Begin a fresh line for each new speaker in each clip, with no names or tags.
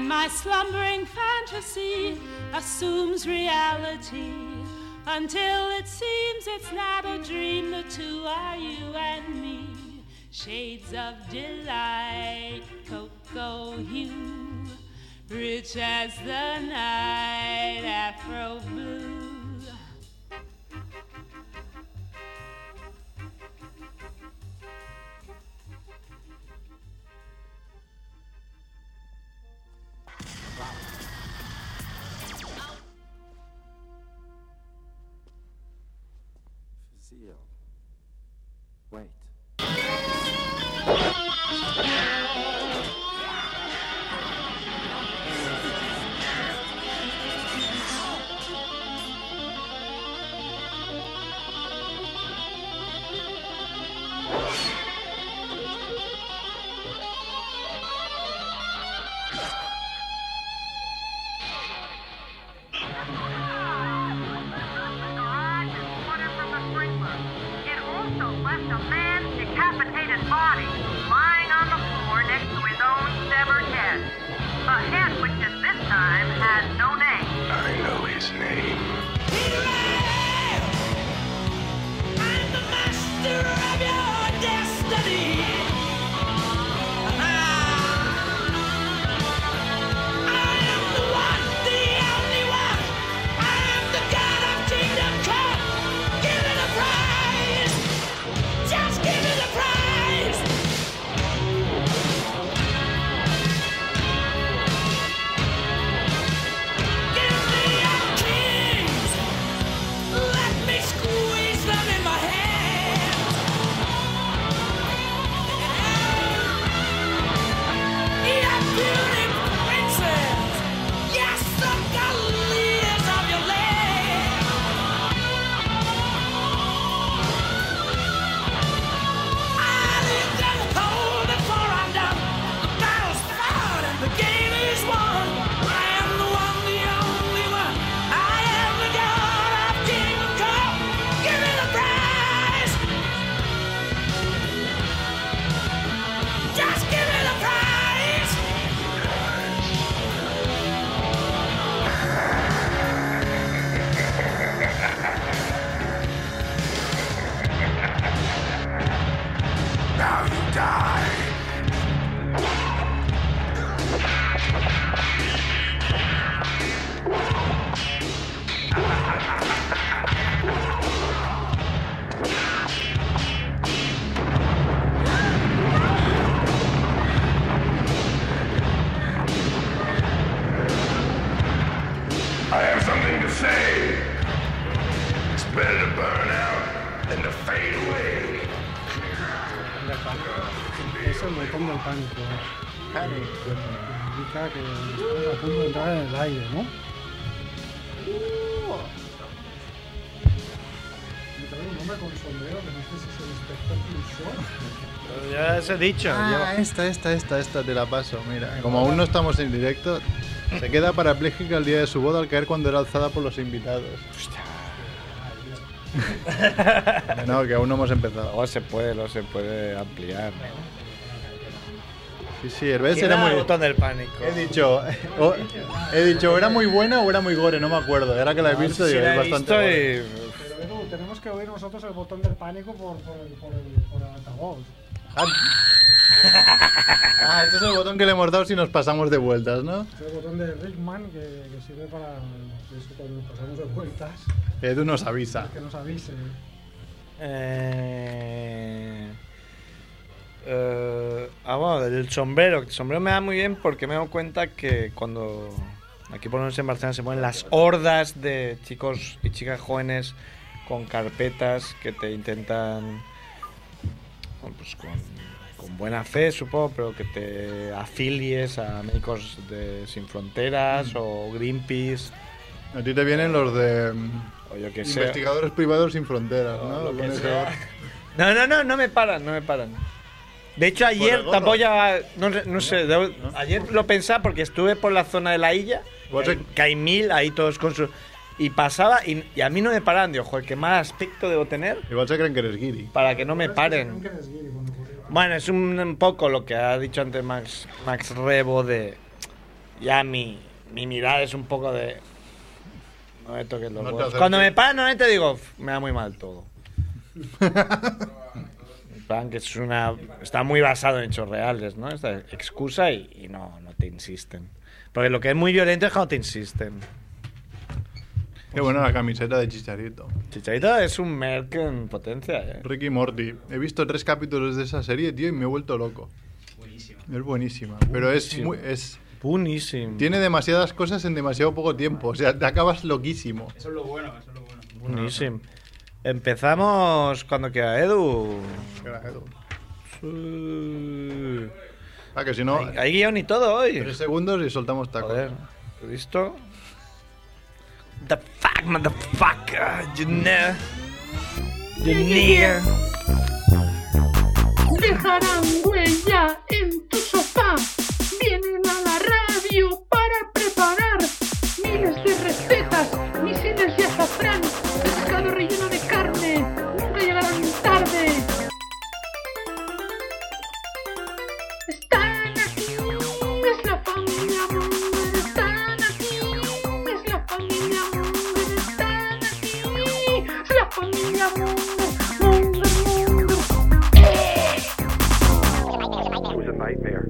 my slumbering fantasy assumes reality until it seems it's not a dream. The two are you and me, shades of delight, cocoa hue, rich as the night, afro blue.
Zeal. Wait.
arrived in water from a sprinkler. It also left a man's decapitated body lying on the floor next to his own severed head. A head which at this time has no name.
I know his name.
I'm the master of your destiny. I am the one, the only one. I am the god of kingdom come. Give it a prize. Just give it a prize. Give me your kings. Let me squeeze them in my hand. Your beauty princess. Yes, I'm the leaders of your land. I leave them cold before I'm done. The battle's fought and the game is won. I am the one, the only one. I am the god of kingdom come. Give me the prize. Just give me the prize.
Now you die. I have something to say. It's better to burn out than to fade away.
Eso me pongo el pánico. Significa que estamos a punto de entrar en el aire, ¿no?
Me traigo un hombre con sombrero que no sé si es el espectáculo show.
Ya os he dicho.
Ah, esta, esta, esta, esta te la paso, mira. Como aún no estamos en directo, se queda parapléjica el día de su boda al caer cuando era alzada por los invitados. No, que aún no hemos empezado.
Luego Oh, se puede, luego se puede ampliar.
Sí, sí, Herbes
Era
era
el
muy...
botón del pánico.
He dicho, o- he dicho, o era muy buena o era muy gore, no me acuerdo. Ahora que la he visto,
Sí,
digo,
la
es
he
bastante
visto
gore.
y-
Pero Edu, tenemos que oír nosotros el botón del pánico por, por, el, por, el, por el altavoz.
Ah, este es el botón que le hemos dado si nos pasamos de vueltas, ¿no?
Es el botón de Rickman que, que sirve para que es cuando pasamos de vueltas,
Edu nos avisa.
que nos avise.
Eh, eh, ah, bueno, del sombrero. El sombrero me da muy bien porque me he dado cuenta que cuando aquí por lo menos en Barcelona se ponen las hordas de chicos y chicas jóvenes con carpetas que te intentan, bueno, pues con, con buena fe supongo, pero que te afilies a Médicos de Sin Fronteras o Greenpeace
A ti te vienen los de mm,
O yo que sé.
investigadores privados sin fronteras,
o
¿no?
lo que
Con ese-
sea.
No, no, no, no me paran, no me paran. De hecho,
el
ayer
gorro?
tampoco ya. No, re- no sé, de- ayer lo pensaba porque estuve por la zona de la isla.
Vos
Que hay,
en-
que hay mil ahí todos con su. Y pasaba y, y a mí no me paran. Digo, joder, qué mal aspecto debo tener
Igual se creen que eres guiri.
para que no me
Creo que
paren.
eres gay cuando ocurrió.
Bueno, es un, un poco lo que ha dicho antes Max, Max Rebo de. ya mi, mi mirar es un poco de. No me toques los
No te
huevos.
acerques.
Cuando me paran, normalmente digo, "Uf, me da muy mal todo. En plan, que es una. Está muy basado en hechos reales, ¿no? Esta excusa y, y no, no te insisten. Porque lo que es muy violento es cuando te insisten.
Qué buena la camiseta de Chicharito.
Chicharito es un merc en potencia, ¿eh?
Ricky Morty. He visto tres capítulos de esa serie, tío, y me he vuelto loco. Buenísima. Es buenísima. Pero es
Buenísima.
muy. Es,
Buenísimo.
tiene demasiadas cosas en demasiado poco tiempo. O sea, te acabas loquísimo.
Eso es lo bueno, eso es lo bueno.
Buenísimo. Empezamos cuando queda Edu. Sí.
Ah, que si no.
Hay, hay guión y todo hoy.
Tres segundos y soltamos tacos.
¿Listo? The fuck, motherfucker. You know. You know.
Dejarán huella en tu sofá. Vienen a la radio para preparar miles de recetas, misiles de azafrán, pescado relleno de carne. Nunca llegarán tarde. Están aquí, es la familia Munger. Están aquí, es la familia Munger. Están aquí, es la familia Munger. Munger, Munger.
It was a nightmare.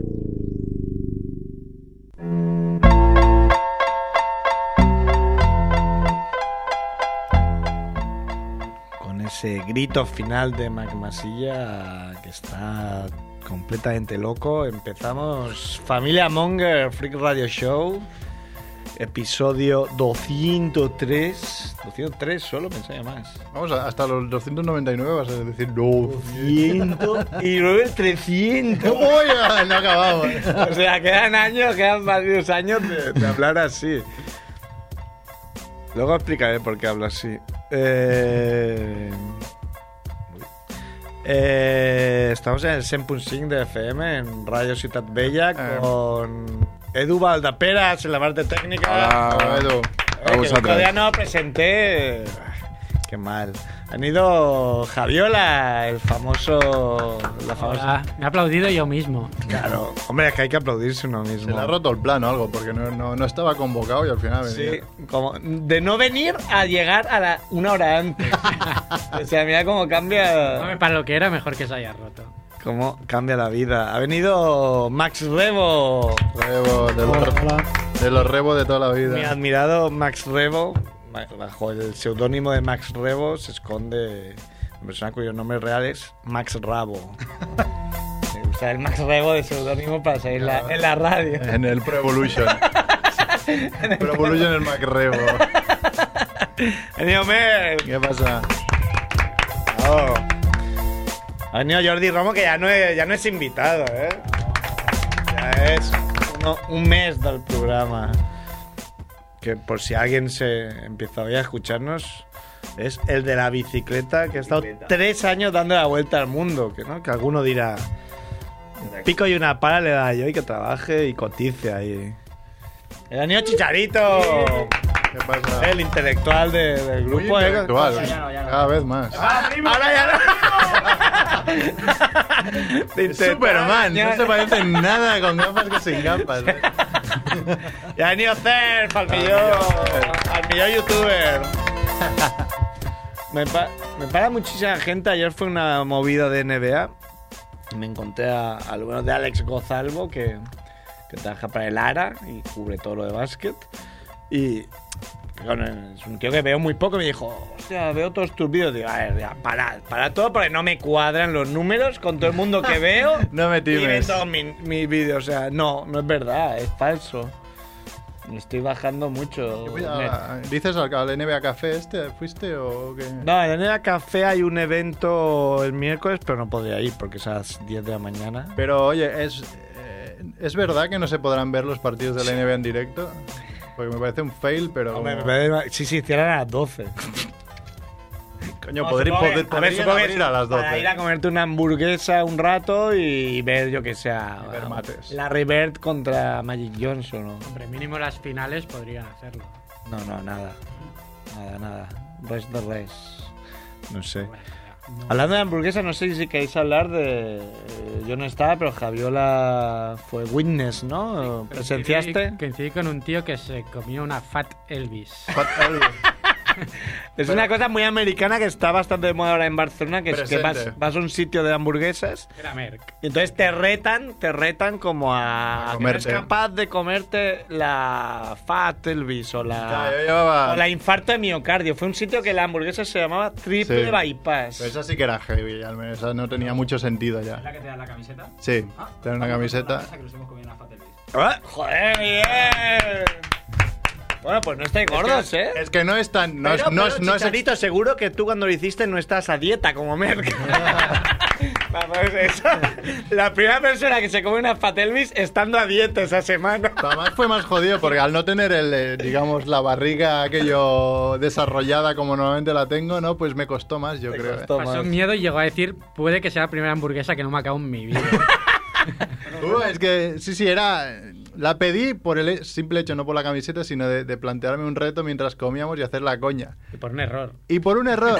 Con ese grito final de Mac Masilla que está completamente loco, empezamos Familia Monger Freak Radio Show, episodio 203. 203 solo, pensaba más.
Vamos, a- hasta los 299 vas a decir no.
100 y luego el 300.
¡Oye! No acabamos.
O sea, quedan años, quedan varios años de, de hablar así. Luego explicaré por qué hablo así. Eh, eh, estamos en el 100.5 de FM, en Radio Ciudad Bella,
Ah.
con Edu Valdaperas en la parte técnica.
Hola, Edu.
Eh, que Todavía no presenté. Qué mal. Han ido Javiola, el famoso. La famosa.
Me he aplaudido yo mismo.
Claro. Hombre, es que hay que aplaudirse uno mismo.
Se le ha roto el plano algo porque no, no- no estaba convocado y al final ha
Sí,
venido.
como de no venir a llegar a la una hora antes. o sea, mira cómo cambia.
Para lo que era, mejor que se haya roto.
Cómo cambia la vida. Ha venido Max Rebo.
Rebo, de los, de los Rebo de toda la vida.
Mi admirado Max Rebo, ma- bajo el seudónimo de Max Rebo, se esconde una persona cuyo nombre real es Max Rabo. Me gusta el Max Rebo de seudónimo para salir la- en la radio.
En el Pro Evolution. Pro Evolution el Mac Rebo.
Ha venido Mer.
¿Qué pasa?
Oh. Ha venido Jordi Romo, que ya no es, ya no es invitado, ¿eh? Ya es uno- un mes del programa. Que por si alguien se empieza hoy a escucharnos, es el de la bicicleta, que ha estado tres años dando la vuelta al mundo. Que, ¿no? que alguno dirá, un pico y una pala le da yo y que trabaje y cotice ahí. El año Chicharito,
¿Qué pasa?
el intelectual de- del
Muy
grupo. ¿eh?
intelectual, cada vez más.
Ah, Ahora
Es Superman, no se parece en nada con gafas que sin gafas. ¿eh?
Y ha venido Cerf, al millón, al millón youtuber. Me, pa- me para muchísima gente. Ayer fue una movida de NBA. y Me encontré a, al bueno de Alex Gozalvo, que, que trabaja para el ARA y cubre todo lo de básquet. Y bueno, es un tío que veo muy poco. y Me dijo, hostia, veo todos tus vídeos. Digo, a ver, ya, parad, para todo porque no me cuadran los números con todo el mundo que veo.
No me
Y ve
times.
todos mi- mis vídeos. O sea, no, no es verdad, es falso. Me estoy bajando mucho.
Voy a- ¿Dices al, al NBA Café este? ¿Fuiste o qué?
No, en el café hay un evento el miércoles, pero no podría ir porque es a las 10 de la mañana.
Pero oye, es, eh, ¿es verdad que no se podrán ver los partidos de la NBA en directo? Porque me parece un fail, pero.
Hombre, me
como-
parece- Sí, sí, cierran a las 12.
Coño,
No,
podrí-
supongo que-
podrí-
a ver,
podrían
supongo que
abrir a las 12.
Para ir a comerte una hamburguesa un rato y ver, yo que sea,
ver
la-
mates.
la Revert contra Magic Johnson. ¿no?
Hombre, mínimo las finales podrían hacerlo.
No, no, nada. Nada, nada. Res de res. No sé. Hablando de hamburguesas, no sé si queréis hablar de. eh, Yo no estaba, pero Javiola fue witness, ¿no? ¿Presenciaste?
Coincidí- Coincidí con un tío que se comió una Fat Elvis.
Es una cosa muy americana que está bastante de moda ahora en Barcelona, que es que
Presente.
vas, vas a un sitio de hamburguesas
Era Merck.
y entonces te retan, te retan como a, que no eres
comerte.
capaz de comerte la Fat Elvis o la,
Ya, Ah, yo llevaba-
o la infarto de miocardio. Fue un sitio que la hamburguesa se llamaba Triple
Sí. Pues
Bypass.
Pero esa sí que era heavy, al menos. Esa no tenía mucho sentido ya.
que te da la camiseta?
Sí, tener una camiseta.
que nos hemos comido una Fat Elvis.
Ah, Joder, bien. Bueno, pues no estáis gordos, ¿eh?
Es que no es tan. No es, no es, no es-
Chicharito, seguro que tú cuando lo hiciste no estás a dieta como Merck. Vamos, eso. La primera persona que se come una Fatelvis estando a dieta esa semana.
Además fue más jodido porque al no tener el, eh, digamos, la barriga aquello desarrollada como normalmente la tengo, ¿no? Pues me costó más, yo creo. ¿eh?
Pasó miedo y llegó a decir, puede que sea la primera hamburguesa que no me acabo en mi vida.
Uh, es que sí, sí, era. La pedí por el simple hecho, no por la camiseta, sino de, de plantearme un reto mientras comíamos y hacer la coña.
Y por un error.
Y por un error.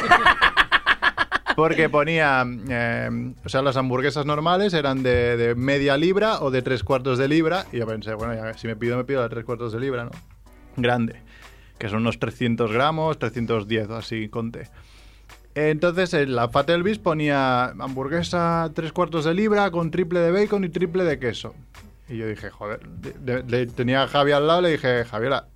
Porque ponía, eh, o sea, las hamburguesas normales eran de, de media libra o de tres cuartos de libra. Y yo pensé, bueno, ya, si me pido, me pido de tres cuartos de libra, ¿no? Grande. Que son unos 300 gramos, 310, o así conté. Entonces, en la Fat Elvis ponía hamburguesa tres cuartos de libra con triple de bacon y triple de queso. Y yo dije, joder, le- le- le- tenía a Javi al lado, le dije, Javiera,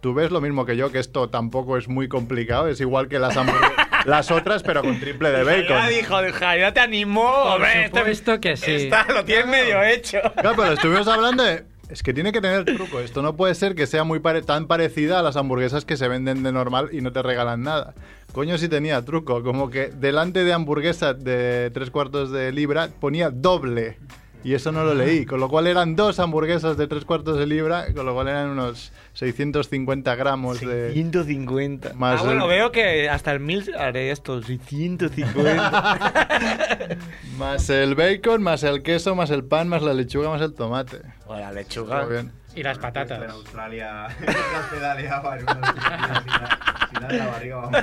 tú ves lo mismo que yo, que esto tampoco es muy complicado, es igual que las hamburguesas, las otras, pero con triple de bacon.
Ya dijo, "Ja, ya te animó. hombre, este-
Esto que sí.
está- lo tienes medio hecho.
Claro, pero estuvimos hablando de... Es que tiene que tener truco. Esto no puede ser que sea muy pare- tan parecida a las hamburguesas que se venden de normal y no te regalan nada. Coño, si tenía truco. Como que delante de hamburguesa de tres cuartos de libra ponía doble. Y eso no lo leí. Con lo cual eran dos hamburguesas de tres cuartos de libra, con lo cual eran unos 650 gramos de...
650.
Más
ah, bueno,
el-
veo que hasta el 1000 haré esto, 650.
Más el bacon, más el queso, más el pan, más la lechuga, más el tomate.
O la lechuga.
Estuvo bien.
Y las patatas.
En Australia las pedaleaban unos días y la- si la de la barriga vamos.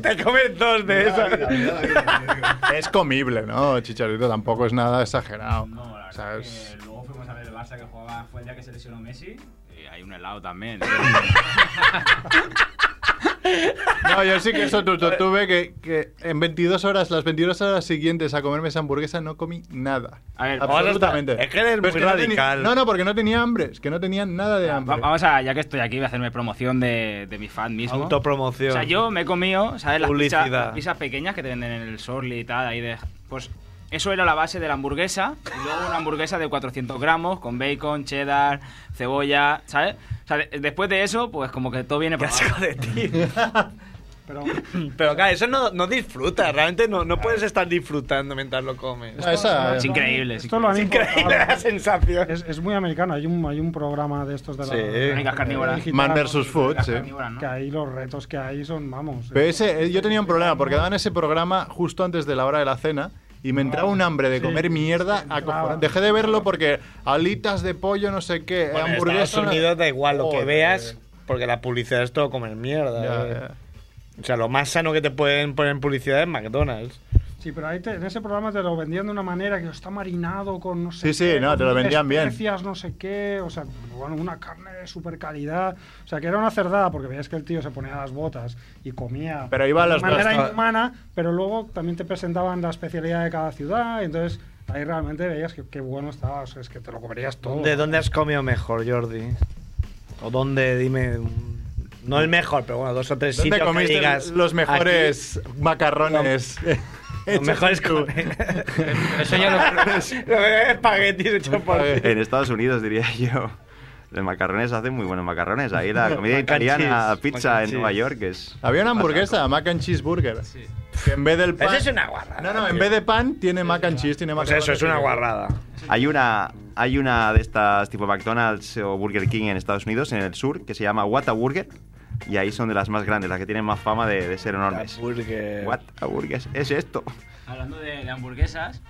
Te comes dos de esas.
Es comible, ¿no? Chicharito tampoco es nada exagerado. O sea, es-
Eh, Luego fuimos a ver el Barça que jugaba, fue el día que se lesionó Messi. Y hay un helado también.
No, yo sí que eso tu- tu- tuve que, que en 22 horas, las 22 horas siguientes a comerme esa hamburguesa no comí nada.
A ver,
absolutamente.
vamos a- es que eres
Pero
muy
no tenía-
radical. Ah,
No, no, porque no tenía hambre, es que no tenía nada de hambre.
Va- Vamos a, ya que estoy aquí, voy a hacerme promoción de, de mi fan mismo.
Autopromoción.
O sea, yo me he comido, ¿sabes? Las
Publicidad.
pizzas, las pizzas pequeñas que te venden en el Sorli y tal, ahí de... Pues eso era la base de la hamburguesa. Y luego una hamburguesa de 400 gramos con bacon, cheddar, cebolla, ah, ¿sabes? O sea, de- después de eso, pues como que todo viene para
de ti. Pero claro, eso no, no disfrutas, realmente no, no puedes estar disfrutando mientras lo comes.
No, esa-
es increíble. Es
Esto lo han
increíble la sensación.
Es, es muy americano. Hay un, hay un programa de estos de la.
Sí.
de-
Crónicas carnívoras.
digital,
Man versus Food, Crónicas sí. carnívoras,
Que ahí los retos que hay son, vamos.
Pero ese, eh, yo tenía un problema, porque daban ese programa justo antes de la hora de la cena y me entraba un hambre de comer mierda. acojonante. Dejé de verlo porque alitas de pollo, no sé qué,
Bueno, en
hamburguesas.
Estados Unidos da igual lo que
Joder.
veas, porque la publicidad es todo comer mierda.
Ya,
eh. O sea, lo más sano que te pueden poner en publicidad es McDonald's.
Sí, pero ahí te- en ese programa te lo vendían de una manera que está marinado con no sé
Sí, sí,
qué,
no,
con
te lo vendían bien.
especias, no sé qué, o sea, bueno, una carne de super calidad. O sea, que era una cerdada porque veías que el tío se ponía las botas y comía
Pero iba a
de
los
manera
dos-
inhumana, pero luego también te presentaban la especialidad de cada ciudad, y entonces ahí realmente veías que qué bueno estaba, o sea, es que te lo comerías todo.
¿De dónde has comido mejor, Jordi? ¿O dónde, dime? un- No el mejor, pero bueno, dos o tres
¿Dónde
sitios que
comiste
digas,
los
aquí-
mejores macarrones?
Los mejores comen.
Eso ya lo...
espaguetis hechos por
En Estados Unidos, diría yo. Los macarrones hacen muy buenos macarrones. Ahí la comida
Mac and
italiana,
cheese, mac
pizza
and
en
cheese.
Nueva York es...
Había una hamburguesa, mac and cheese burger. Que en vez del pan.
Esa es
una guarrada.
No, no, en vez de pan tiene mac and cheese, tiene
Pues
macarrones.
Hay una, hay una de estas tipo McDonald's o Burger King en Estados Unidos, en el sur, que se llama What a Burger. Y ahí son de las más grandes, las que tienen más fama de, de ser enormes. What a Burger. Es esto.
Hablando de, de hamburguesas,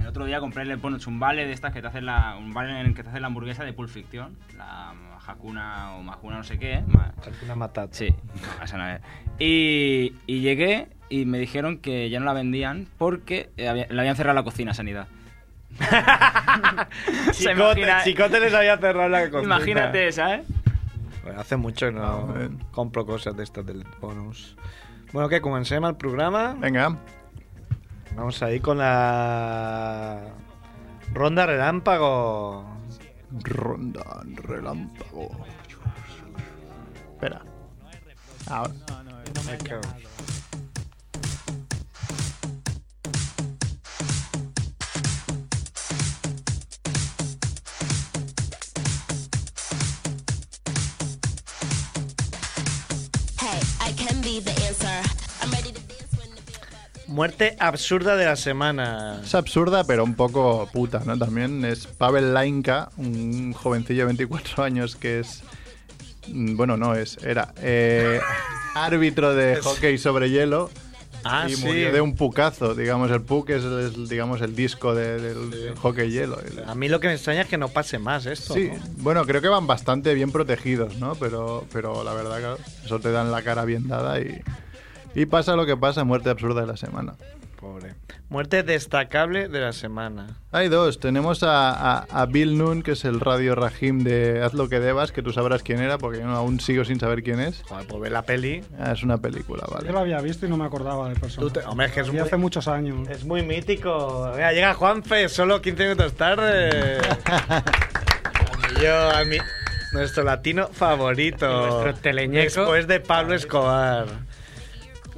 el otro día compré le pones un vale de estas que te hacen la, un vale en el que te hacen la hamburguesa de Pulp Fiction, la Hakuna o Majuna no sé qué. ma-
Una matata.
Sí. No, esa no es. Y, y llegué y me dijeron que ya no la vendían porque eh, había- le habían cerrado la cocina a Sanidad. Se
Chicote,
imagina-
Chicote les había cerrado la cocina.
Imagínate, ¿eh? ¿sabes?
Bueno, hace mucho que no compro cosas de estas del bonus. Bueno, que comencemos el programa.
Venga.
Vamos ahí con la ronda relámpago.
Ronda relámpago. Espera. Ah, Ahora.
Hey, I can be the answer. I'm ready to
Muerte absurda de la semana.
Es absurda, pero un poco puta, ¿no? También es Pavel Lainka, un jovencillo de 24 años que es. mm, Bueno, no es, era. eh, árbitro de hockey sobre hielo.
Ah,
y
sí.
murió de un pucazo, digamos. El puck es, el- digamos, el disco de- del hockey hielo. El-
A mí lo que me extraña es que no pase más esto.
Sí,
¿no?
bueno, creo que van bastante bien protegidos, ¿no? Pero, pero la verdad, claro, eso te dan la cara bien dada y, y pasa lo que pasa, muerte absurda de la semana.
Pobre. Muerte destacable de la semana.
Hay dos, tenemos a, a- a Bill Noon, que es el radio Rahim de Haz lo que debas, que tú sabrás quién era, porque yo no- aún sigo sin saber quién es.
Joder, pues ve la peli.
Ah, es una película,
Yo
vale.
lo había visto y no me acordaba del personaje.
Hombre, es que es
Y
muy- Eh,
hace muchos años.
Es muy mítico. Mira, llega Juanfe, solo 15 minutos tarde. Yo, a mí, nuestro latino favorito.
Nuestro teleñeco.
Después de Pablo Escobar.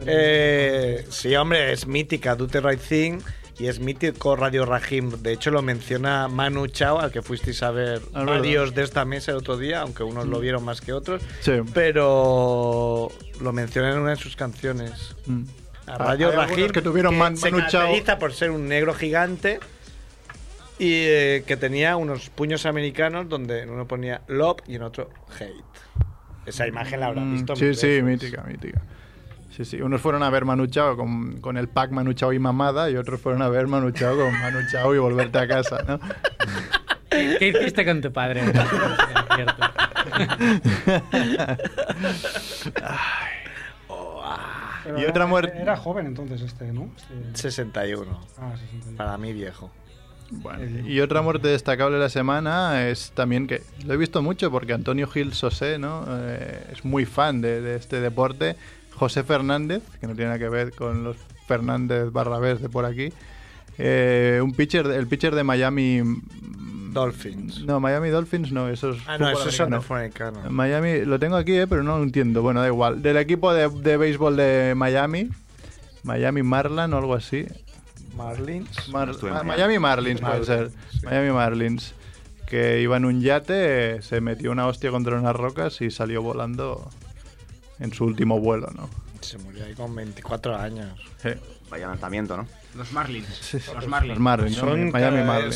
Eh, sí, hombre, es mítica Do the Right Thing y es mítico Radio Rajim. De hecho, lo menciona Manu Chao, al que fuisteis a ver
Ah, es Mm.
varios de esta mesa el otro día, aunque unos lo vieron más que otros.
Sí.
Pero lo menciona en una de sus canciones.
Mm.
A Radio
Hay algunos
Rajim,
que tuvieron Man-
se
Manu Chao.
caracteriza por ser un negro gigante y eh, que tenía unos puños americanos donde en uno ponía love y en otro hate. Esa imagen la habrán
Mm,
visto.
Sí,
mil
sí,
veces.
mítica, mítica. Sí, sí. Unos fueron a ver Manu Chao con, con el pack Manu Chao y mamada, y otros fueron a ver Manu Chao con Manu Chao y volverte a casa, ¿no?
¿Qué, qué hiciste con tu padre? en el concierto?
Pero
Y
era-
otra muerte-
Era joven entonces este, ¿no? Este-
61.
Ah, 61.
Para mí viejo.
Y otra muerte destacable de la semana es también que lo he visto mucho porque Antonio Gil Sosé ¿no? Eh, es muy fan de, de este deporte. José Fernández, que no tiene nada que ver con los Fernández Barrabés de por aquí. Eh, un pitcher, el pitcher de Miami.
Dolphins.
Mm, No, Miami Dolphins no, eso es.
Ah, no,
fútbol
eso es
americano.
afroamericano.
Miami, lo tengo aquí, eh, pero no lo entiendo. Bueno, da igual. Del equipo de, de béisbol de Miami, Miami Marlin o algo así.
Marlins.
Mar-
Estuve en
Ma- Miami Marlins puede ser. Miami Marlins. Que iba en un yate, eh, se metió una hostia contra unas rocas y salió volando en su último vuelo, ¿no?
Se murió ahí con 24 años.
Sí.
Vaya lanzamiento, ¿no?
Los Marlins.
Sí, sí.
Los Marlins.
Los Marlins, ¿no?
Son
Miami
cada
Marlins.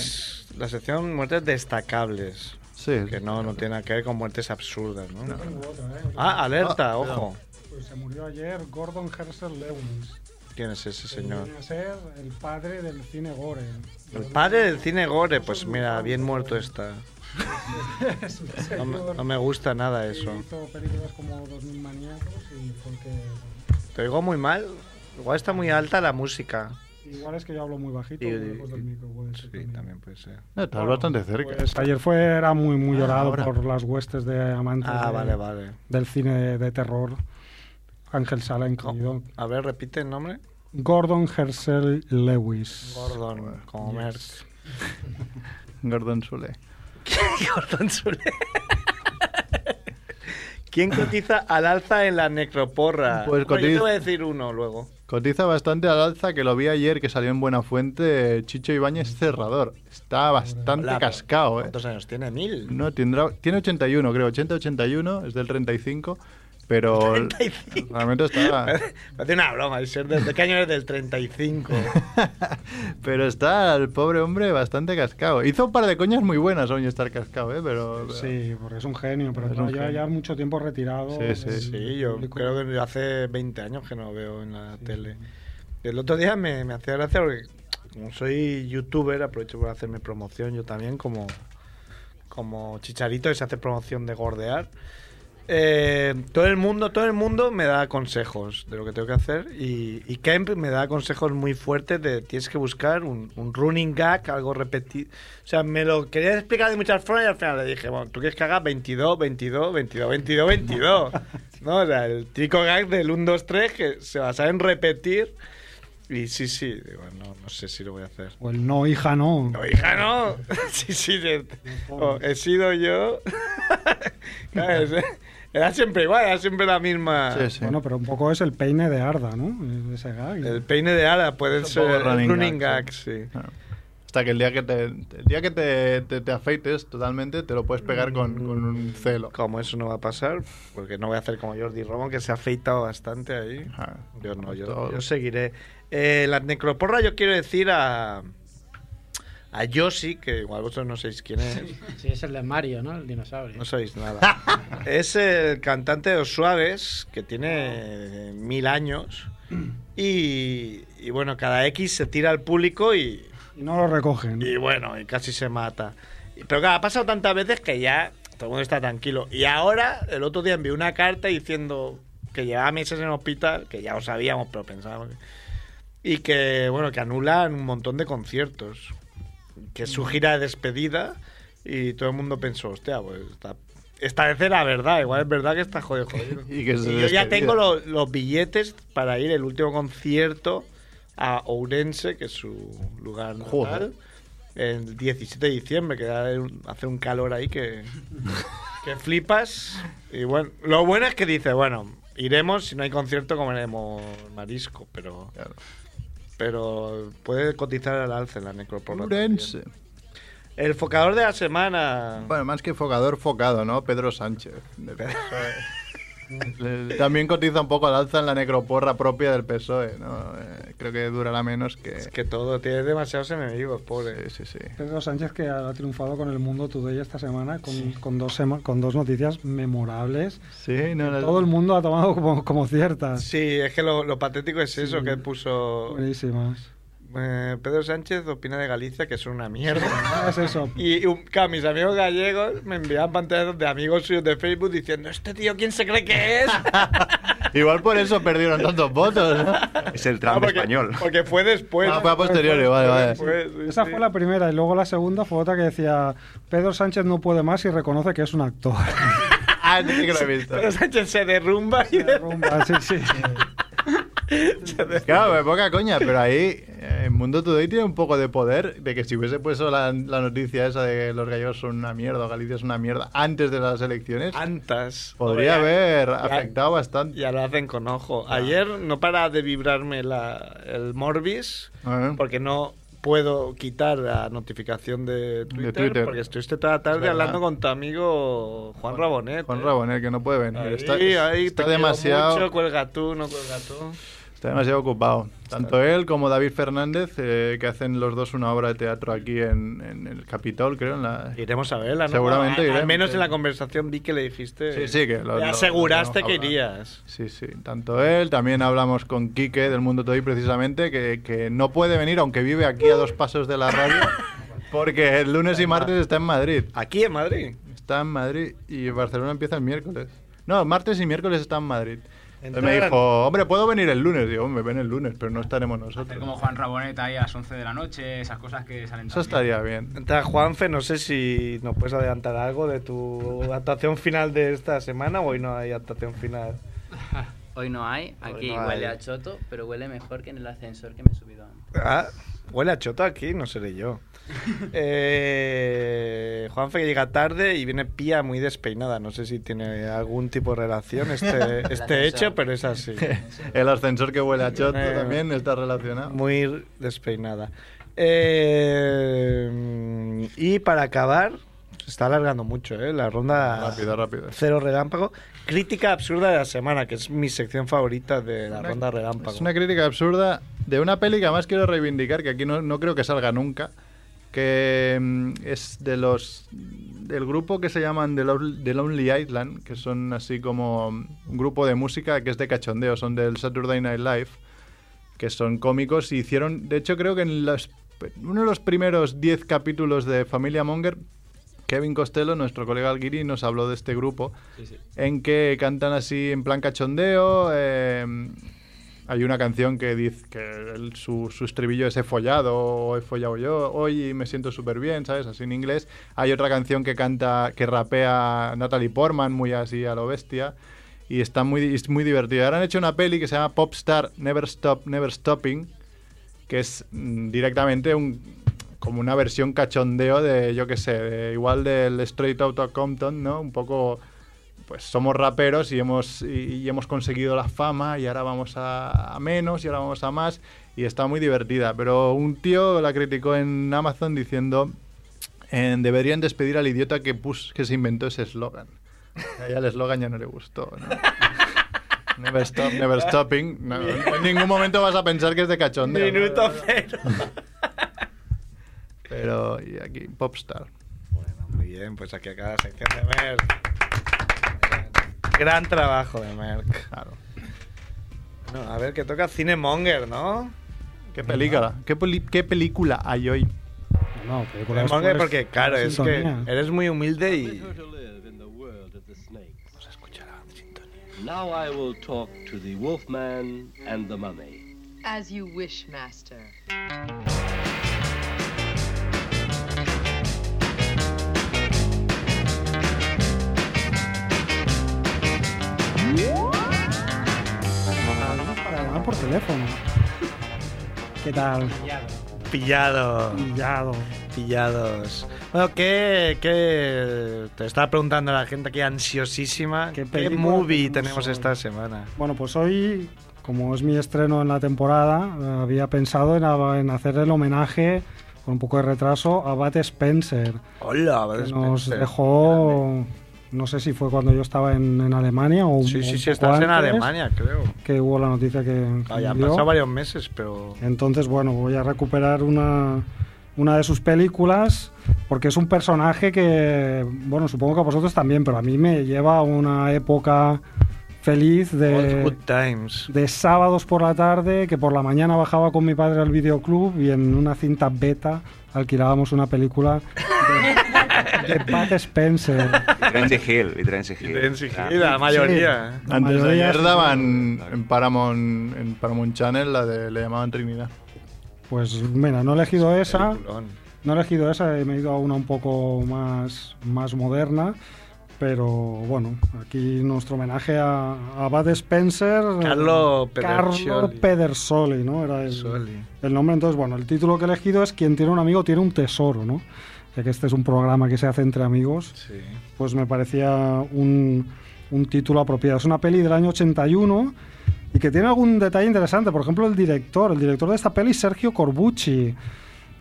vez La sección muertes destacables.
Sí.
Que no, no tiene nada que ver con muertes absurdas, ¿no?
Tengo otra, ¿eh?
Ah, alerta, ojo.
Pues se murió ayer Gordon Herschel Lewis.
¿Quién es ese
que
señor?
viene a ser el padre del cine gore.
El padre del cine gore, pues mira, bien muerto está.
es un
No me,
señor
no me gusta nada eso.
que hizo películas como 2000 maníacos y porque...
Te oigo muy mal. Igual está muy alta la música.
Igual es que yo hablo muy bajito.
Y-
muy lejos del micro, puede ser
Sí, también puede ser.
No, estás bastante cerca.
Pues ayer fue era muy muy llorado por las huestes de amantes
Ah,
de-
vale, vale.
del cine de, de terror. Ángel Sala incluido.
A ver, repite el nombre.
Gordon Herschel Lewis.
Gordon, como Merck.
Gordon Sule.
Gordon Sule. ¿Quién cotiza al alza en la necroporra?
Pues
Bueno, yo
cotiz-
te voy a decir uno luego.
Cotiza bastante al alza, que lo vi ayer que salió en Buenafuente eh, Chicho Ibáñez Cerrador. Está bastante
Hola, pero
cascado, ¿eh?
¿Cuántos años tiene? ¿Mil?
No, tendrá, tiene 81, creo. 80-81, es del 35, pero... Realmente está...
Parece una broma. y ser de- ¿De qué año eres del 35?
Pero está el pobre hombre bastante cascado. Hizo un par de coñas muy buenas hoy estar cascado, ¿eh? Pero, pero-
Sí, porque es un genio, pero
Es
claro,
un
ya,
genio.
ya mucho tiempo retirado.
Sí, sí.
del
Sí, yo
público.
creo que hace 20 años que no veo en la tele. El otro día me, me hacía gracia porque como soy youtuber, aprovecho por hacerme promoción yo también, como, como chicharito que se hace promoción de gordear. eh, todo el mundo, todo el mundo me da consejos de lo que tengo que hacer y, y Kemp me da consejos muy fuertes de tienes que buscar un, un running gag, algo repetido. O sea, me lo quería explicar de muchas formas y al final le dije, bueno, tú quieres que haga 22, 22, 22, 22, 22. ¿No? O sea, el típico gag del 1, 2, 3 que se basaba en repetir. Y sí, sí, digo, no, no sé si lo voy a hacer.
O el no, hija, no.
No, hija, no. Sí, sí, de- o he sido yo. ¿Sabes? Era siempre igual, era siempre la misma.
Bueno, pero un poco es el peine de Arda, ¿no? Ese gag.
El peine de ala puede
Es
ser
un poco
el pues, eh, running,
running
gag,
gag,
sí.
Hasta que el día que te, el día que te, te- te afeites totalmente, te lo puedes pegar con, con un celo.
Como eso no va a pasar, porque no voy a hacer como Jordi Romón, que se ha afeitado bastante ahí. Yo no, yo,
todos.
yo seguiré. Eh, la necroporra yo quiero decir a... A Yoshi, que igual vosotros no sabéis quién es.
Sí, es el de Mario, ¿no? El dinosaurio.
No sabéis nada. es el cantante de Los Suaves, que tiene eh, mil años.
Mm.
Y, y bueno, cada X se tira al público y,
Y no lo recogen.
y bueno, y casi se mata. Y- Pero claro, ha pasado tantas veces que ya todo el mundo está tranquilo. Y ahora, el otro día envié una carta diciendo que llevaba meses en el hospital, que ya lo sabíamos, pero pensábamos que... Y que, bueno, que anulan un montón de conciertos. Que
Mm.
es su gira de despedida y todo el mundo pensó, hostia, pues está... Esta vez era verdad, igual es verdad que está jodido. jodido.
Y que es
Y yo ya
despedida.
tengo los, los billetes para ir el último concierto a Ourense, que es su lugar natal, el 17 de diciembre, que da un- hace un calor ahí que, que flipas. Y bueno, lo bueno es que dice, bueno, iremos, si no hay concierto comeremos marisco, pero... Pero puede cotizar al alza en la necropolítica.
Ourense.
El focador de la semana.
Bueno, más que focador, focado, ¿no? Pedro Sánchez. del PSOE. Le- También cotiza un poco al alza en la necroporra propia del PSOE, ¿no? Eh, creo que durará menos que... Es
que todo, tiene demasiados enemigos, pobre.
Sí, sí, sí.
Pedro Sánchez que ha triunfado con el Mundo Today esta semana con, con dos, sema- con dos noticias memorables.
Sí, no,
Todo el mundo ha tomado como, como ciertas.
Sí, es que lo, lo patético es eso que puso...
Buenísimas.
Eh, Pedro Sánchez opina de Galicia que es una mierda.
es eso.
Y un- claro, mis amigos gallegos me enviaban pantallas de amigos suyos de Facebook diciendo, este tío, ¿quién se cree que es?
Igual por eso perdieron tantos votos, ¿no?
Es el Trump español.
Porque fue después.
Ah, fue a posteriori, vale, vale.
Esa fue la primera y luego la segunda fue otra que decía Pedro Sánchez no puede más y reconoce que es un actor.
Ah, sí que lo he visto.
Pedro Sánchez se derrumba y
derrumba. Sí, sí.
Claro, pues poca coña, pero ahí eh, el Mundo Today tiene un poco de poder de que si hubiese puesto la, la noticia esa de que los gallegos son una mierda, o Galicia es una mierda, antes de las elecciones,
Antas.
podría haber
Ah, ya-
afectado Ah. bastante.
Ya lo hacen con ojo. Ayer no para de vibrarme la, el Morbis
Ah.
porque no puedo quitar la notificación de Twitter,
Twitter.
porque estuviste toda la tarde
Es verdad.
hablando con tu amigo Juan ¿eh? Rabonet.
Juan Rabonet, que no puede venir.
Ahí,
está
ahí,
está
te quiero
demasiado,
mucho, cuelga tú, no cuelga tú.
está demasiado ocupado. Tanto él como David Fernández, eh, que hacen los dos una obra de teatro aquí en, en el Capitol, creo. En la...
Iremos a verla, ¿no?
Seguramente
Al-
iremos,
Al menos
sí.
en la conversación vi que le dijiste.
Sí, sí, que lo-
le
lo-
aseguraste
lo
que
tenemos que hablar.
irías.
Sí, sí, tanto él, también hablamos con Quique del Mundo Today precisamente, que, que no puede venir, aunque vive aquí a dos pasos de la radio, porque el lunes y martes está en Madrid.
¿Aquí en Madrid?
Está en Madrid y Barcelona empieza el miércoles. No, martes y miércoles está en Madrid. Entonces me
Entonces-
dijo, hombre, ¿puedo venir el lunes? Digo, hombre, ven el lunes, pero no estaremos nosotros.
Como Juan Raboneta ahí a las 11 de la noche, esas cosas que salen
Eso estaría bien.
Entonces, Juanfe, no sé si nos puedes adelantar algo de tu actuación final de esta semana o hoy no hay actuación final.
Hoy no hay, aquí
Hoy no
huele
hay.
a choto, pero huele mejor que en el ascensor que me he subido antes.
Ah, huele a chota aquí, no seré yo. Eh, Juanfe que llega tarde y viene pía muy despeinada. No sé si tiene algún tipo de relación este, este hecho, pero es así.
El ascensor que huele a choto
Eh,
también está relacionado.
Muy despeinada. Eh, y para acabar, se está alargando mucho, ¿eh? La ronda.
Rápido, rápido.
Cero relámpago. Crítica absurda de la semana, que es mi sección favorita de la ronda relámpago.
Es una crítica absurda de una peli que además quiero reivindicar, que aquí no, no creo que salga nunca, que mm, es de los del grupo que se llaman The, Lon- The Lonely Island, que son así como un grupo de música que es de cachondeo, son del Saturday Night Live, que son cómicos y hicieron, de hecho creo que en los- uno de los primeros 10 capítulos de Familia Monger Kevin Costello, nuestro colega Alguiri, nos habló de este grupo
Sí, sí.
en que cantan así en plan cachondeo. eh, hay una canción que dice que el- su, su estribillo es he follado o he follado yo hoy y me siento súper bien, ¿sabes? Así en inglés. Hay otra canción que canta, que rapea Natalie Portman, muy así a lo bestia. Y está muy, es muy divertida. Ahora han hecho una peli que se llama Popstar Never Stop, Never Stopping, que es mm, directamente un, como una versión cachondeo de, yo qué sé, de- igual del Straight Outta Compton, ¿no? Un poco, pues somos raperos y hemos, y, y hemos conseguido la fama y ahora vamos a, a menos y ahora vamos a más y está muy divertida. Pero un tío la criticó en Amazon diciendo eh, deberían despedir al idiota que, pus- que se inventó ese eslogan. A ella el eslogan ya no le gustó, ¿no? Never stop, never stopping. No, en ningún momento vas a pensar que es de cachondeo. ¿no?
Minuto cero.
Pero y aquí, Popstar.
Muy bien, pues aquí acaba la sección de Merck. Gran trabajo de Merck.
Claro.
No, a ver, que toca Cinemonger, ¿no?
¿Qué película? ¿Qué, peli- qué película hay hoy?
No, pues,
Cinemonger, porque claro, es que eres muy humilde y.
Now I will talk to the wolfman and the mummy.
As you wish, master.
Para llamar por teléfono. ¿Qué tal?
Pillado.
Pillado.
Pillados. Bueno, ¿qué, qué- Te estaba preguntando la gente aquí ansiosísima. ¿Qué,
película
movie
tenemos
tenemos esta semana?
Bueno, pues hoy, como es mi estreno en la temporada, eh, había pensado en, en hacer el homenaje con un poco de retraso a Bat Spencer.
Hola, este.
que
Bud
nos
Spencer.
dejó, no sé si fue cuando yo estaba en, en Alemania o
Sí,
o
sí,
un
sí,
poco
estás en
antes,
Alemania, creo.
Que hubo la noticia que que
Vaya, Ah, han
murió.
pasado varios meses, pero.
Entonces, bueno, voy a recuperar una, una de sus películas porque es un personaje que, bueno, supongo que a vosotros también, pero a mí me lleva a una época feliz de,
Good times.
de sábados por la tarde, que por la mañana bajaba con mi padre al videoclub y en una cinta beta alquilábamos una película de, de Pat Spencer.
Y Terence Hill. Y Terence Hill. Ah.
mayoría. La
Antes de
mayoría
ayer
sí.
daban en Paramount, en Paramount Channel la de le llamaban Trinidad.
Pues mira, no he elegido
¿eh?
esa.
Peliculón.
No he elegido esa, eh, me he ido a una un poco más, más moderna. Pero bueno, aquí nuestro homenaje a, a Bud Spencer.
Carlo
eh, Carlo
Pedersoli.
Pedersoli, ¿no? Era el, el nombre. Entonces, bueno, el título que he elegido es Quien tiene un amigo tiene un tesoro, ¿no? Ya que este es un programa que se hace entre amigos
Sí.
pues me parecía un, un título apropiado. Es una peli del año 81 y que tiene algún detalle interesante. Por ejemplo, el director. El director de esta peli es Sergio Corbucci,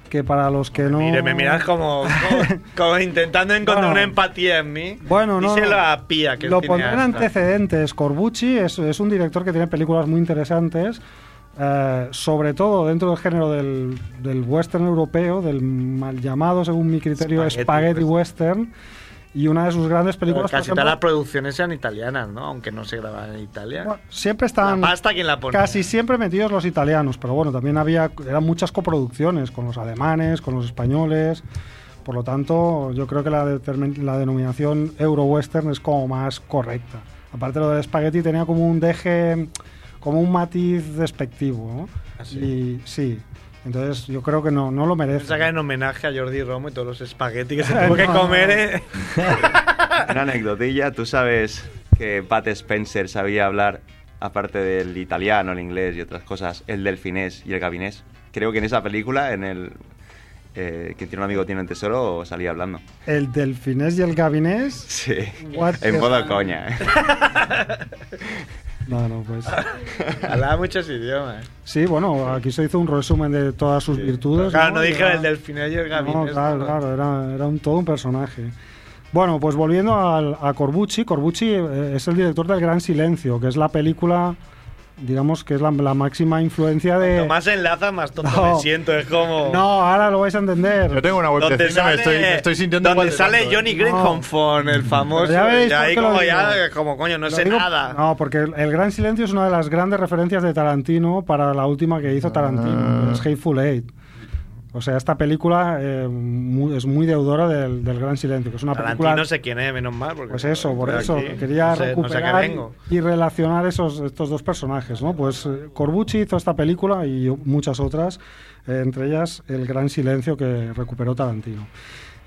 que para los que no...
Mire, me miras como, como, como intentando encontrar
Bueno.
una empatía en mí.
Bueno, no,
Díselo
no.
a Pía, que es
Lo pondré en
cineasta.
antecedentes. Corbucci es, es un director que tiene películas muy interesantes, eh, sobre todo dentro del género del, del western europeo, del mal llamado, según mi criterio,
Spaghetti
spaghetti, western. Y una de sus grandes
pues. Pero
películas... por
casi todas
ejemplo,
las producciones sean italianas, ¿no? Aunque no se grabaran en Italia.
Siempre estaban
La pasta, ¿quién la ponía?
casi siempre metidos los italianos, pero bueno, también había eran muchas coproducciones con los alemanes, con los españoles. Por lo tanto, yo creo que la, determin- la denominación euro-western es como más correcta. Aparte, lo del espagueti tenía como un deje, como un matiz despectivo. ¿no? Y sí, entonces yo creo que no, no lo merece.
Saca en homenaje a Jordi Romo y todos los espaguetis que se tuvo que
No, no,
comer.
no.
¿eh?
Una anecdotilla, tú sabes que Pat Spencer sabía hablar, aparte del italiano, el inglés y otras cosas, el delfinés y el gabinés. Creo que en esa película, en el eh, que tiene un amigo tiene un tesoro, salía hablando.
El delfinés y el gabinés.
Sí.
What
en
the-
modo coña. ¿eh?
No, no, pues.
Hablaba muchos idiomas.
Sí, bueno, aquí se hizo un resumen de todas sus virtudes.
Claro, no dije
Era-
el delfín y el
No,
gabinete.
claro, claro, era, era un, todo un personaje. Bueno, pues volviendo al- a Corbucci, Corbucci eh, es el director del Gran Silencio, que es la película, digamos que es la, la máxima influencia de...
Cuanto más enlaza, más tonto
No.
me siento. Es como.
No, ahora lo vais a entender. Yo tengo una
Donde sale, donde sale
¿eh?
Johnny Green con el famoso.
¿eh? Ya veréis
y
por
ahí
qué lo
como
digo.
ya, como coño, no sé nada.
No, porque el, el Gran Silencio es una
Ah.
de las grandes referencias de Tarantino para la última que hizo Tarantino, que es Hateful Eight. O sea, esta película eh, mu- es muy deudora del, del Gran Silencio, que es una película...
no sé quién es, menos mal. Porque
Pues eso, por
Pero
eso,
aquí,
quería
no sé- no sé a qué
recuperar
vengo.
y relacionar esos, estos dos personajes, ¿no? Pues eh, Corbucci hizo esta película y muchas otras, eh, entre ellas El Gran Silencio que recuperó Tarantino.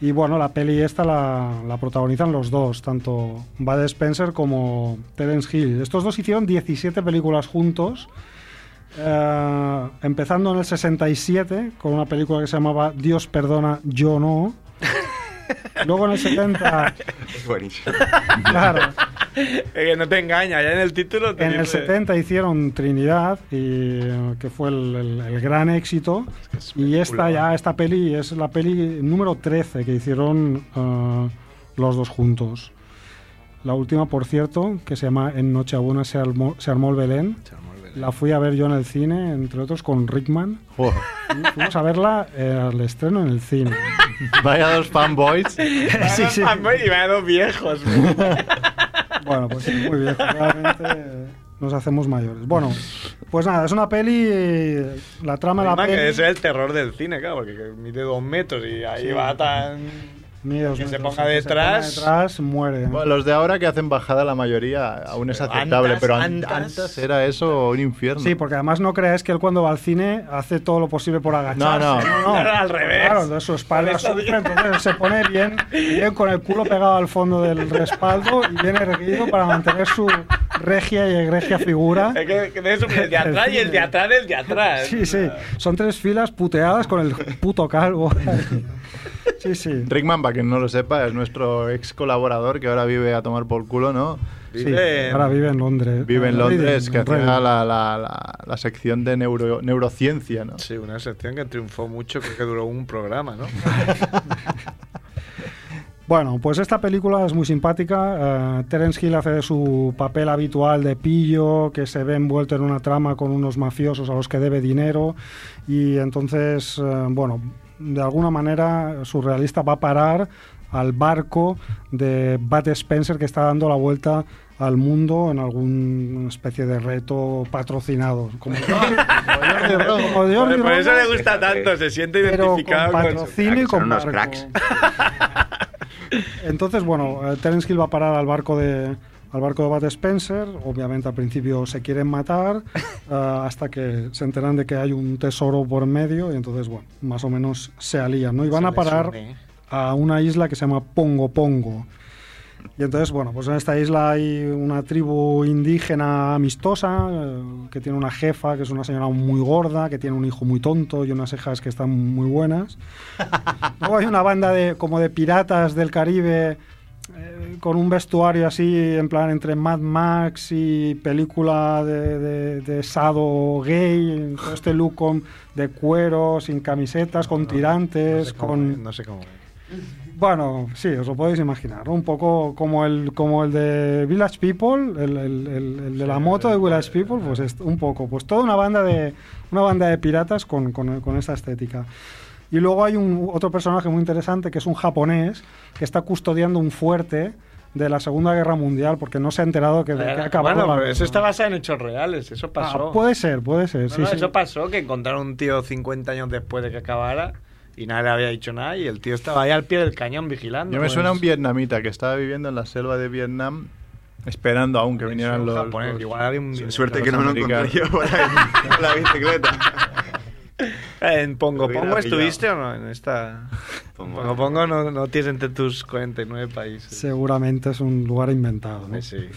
Y bueno, la peli esta la, la protagonizan los dos, tanto Bud Spencer como Terence Hill. Estos dos hicieron 17 películas juntos, eh, empezando en el 67 con una película que se llamaba Dios perdona, yo no. Luego en el 70
Es buenísimo.
Claro.
Es que no te engañas, ya en el título te
En el
dice-
70 hicieron Trinidad, y, eh, que fue el, el- el gran éxito. y esta ya, esta peli es la peli número 13 que hicieron eh, los dos juntos. La última, por cierto, que se llama En Nochebuena se armó, se armó el Belén. La fui a ver yo en el cine, entre otros con Rickman. Fuimos a verla eh, al estreno en el cine.
Vaya dos fanboys.
Van a- Y van a dos viejos. pues.
Bueno, pues sí, muy bien. Realmente eh, nos hacemos mayores. Bueno, pues nada, es una peli. eh, La trama de la
Además, que
peli.
ese es el terror del cine, claro, porque mide dos metros y ahí
Sí.
va tan.
Mide dos
que se
metros,
ponga
que se ponga
detrás.
detrás, muere.
Bueno, los de ahora que hacen bajada la mayoría aún es aceptable,
antes,
pero an-
antes-
antes, era eso un infierno.
Sí, porque además no creáis que él cuando va al cine hace todo lo posible por agacharse.
No, no.
Al revés.
pues Claro, entonces su espalda sufre, entonces se pone bien, bien con el culo pegado al fondo del respaldo y bien erguido para mantener su regia y egregia figura.
Es que, que de eso, el de atrás y el de atrás del de atrás.
Sí, sí. Son tres filas puteadas con el puto calvo. Sí, sí.
Rickman, para quien no lo sepa, es nuestro ex colaborador que ahora vive a tomar por culo, ¿no?
Sí, ahora vive en Londres.
Vive en Londres, que hacía
Reading.
la, la, la- la sección de neuro- neurociencia, ¿no?
Sí, una sección que triunfó mucho, creo que duró un programa, ¿no?
Bueno, pues esta película es muy simpática. eh, Terence Hill hace de su papel habitual de pillo, que se ve envuelto en una trama con unos mafiosos a los que debe dinero. Y entonces, eh, bueno, de alguna manera surrealista va a parar al barco de Bat Spencer que está dando la vuelta al mundo en alguna especie de reto patrocinado. Como, como Jordi
por, por eso
Roma,
le gusta tanto, se siente
pero con
identificado con,
patrocinio y con barco. Entonces, bueno, eh, Terence Hill va a parar al barco de al barco de Bat Spencer, obviamente al principio se quieren matar, eh, hasta que se enteran de que hay un tesoro por medio y entonces, bueno, más o menos se alían, ¿no? Y van a parar a una isla que se llama Pongo Pongo. Y entonces, bueno, pues en esta isla hay una tribu indígena amistosa, eh, que tiene una jefa, que es una señora muy gorda, que tiene un hijo muy tonto y unas cejas que están muy buenas. Luego hay una banda de, como de piratas del Caribe, eh, con un vestuario así, en plan entre Mad Max y película de, de, de sado gay, todo este look con- de cuero, sin camisetas, con
pues
tirantes, con...
No sé cómo.
Bueno, sí, os lo podéis imaginar, ¿no? un poco como el como el de Village People, el, el- el- el de la moto de Village People, pues es un poco, pues toda una banda de una banda de piratas con, con, con esa estética. Y luego hay un otro personaje muy interesante que es un japonés que está custodiando un fuerte de la Segunda Guerra Mundial porque no se ha enterado que, que ha acabado
Eh, bueno,
la
pero
guerra.
eso está basado en hechos reales, eso
Ah,
pasó.
puede ser, puede ser,
No,
sí,
no,
sí.
Eso pasó, que encontraron un tío 50 años después de que acabara y nadie le había dicho nada y el tío estaba ahí al pie del cañón vigilando. Pues,
Yo me suena a un vietnamita que estaba viviendo en la selva de Vietnam esperando aún que vinieran
un
los,
japonés,
los-
igual había un-
los
Suerte que no lo
americanos.
encontré yo.
la bicicleta.
En Pongo
Hubiera
Pongo
pillado.
estuviste o no en esta. Pongo Pongo, no, no tienes entre tus 49 países.
Seguramente es un lugar inventado, ¿no?
Sí.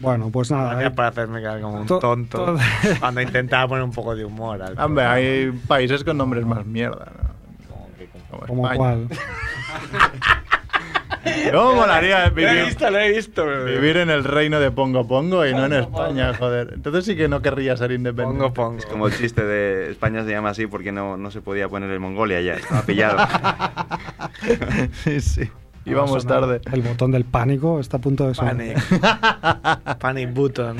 Bueno, pues nada,
Gracias por hacerme quedar como un
To-
tonto
todo-
cuando intentaba poner un poco de humor. Al
Hombre, hay países con nombres más mierda, ¿no? Como
como
España.
cual.
Yo molaría
Lo he
vivir,
visto, lo he visto.
vivir en el reino de Pongo Pongo y no en España, joder. Entonces sí que no querría ser independiente.
Pongo Pongo.
Es como el chiste de España se llama así porque no, no se podía poner el Mongolia ya, estaba pillado.
sí, sí.
Ahora
Íbamos
suena
tarde.
El botón del pánico está a punto de sonar.
Panic. Panic button.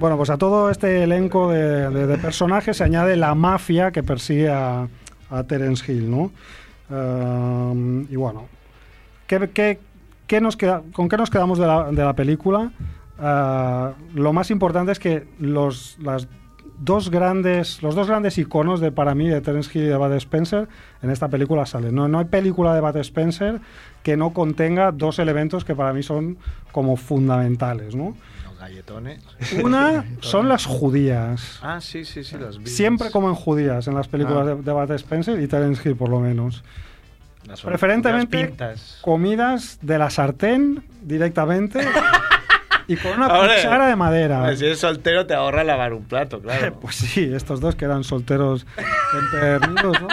Bueno, pues a todo este elenco de, de- de personajes se añade la mafia que persigue a, a Terence Hill, ¿no? Ehm, y bueno, ¿qué, qué- qué nos queda, ¿con qué nos quedamos de la, de la película? Ah, lo más importante es que los, las dos grandes, los dos grandes iconos de para mí de Terence Hill y de Bud Spencer en esta película salen. No, no hay película de Bud Spencer que no contenga dos elementos que para mí son como fundamentales, ¿no?
Los galletones.
Una son las judías.
Ah, sí, sí, sí, las vi.
Siempre comen judías en las películas
Ah.
de, de Bud Spencer y Terence Hill por lo menos.
Las
Preferentemente
las pintas.
comidas de la sartén directamente y con una
Hombre,
cuchara de madera.
Si eres soltero te ahorra lavar un plato, claro.
Pues sí, estos dos que eran solteros empedernidos, ¿no?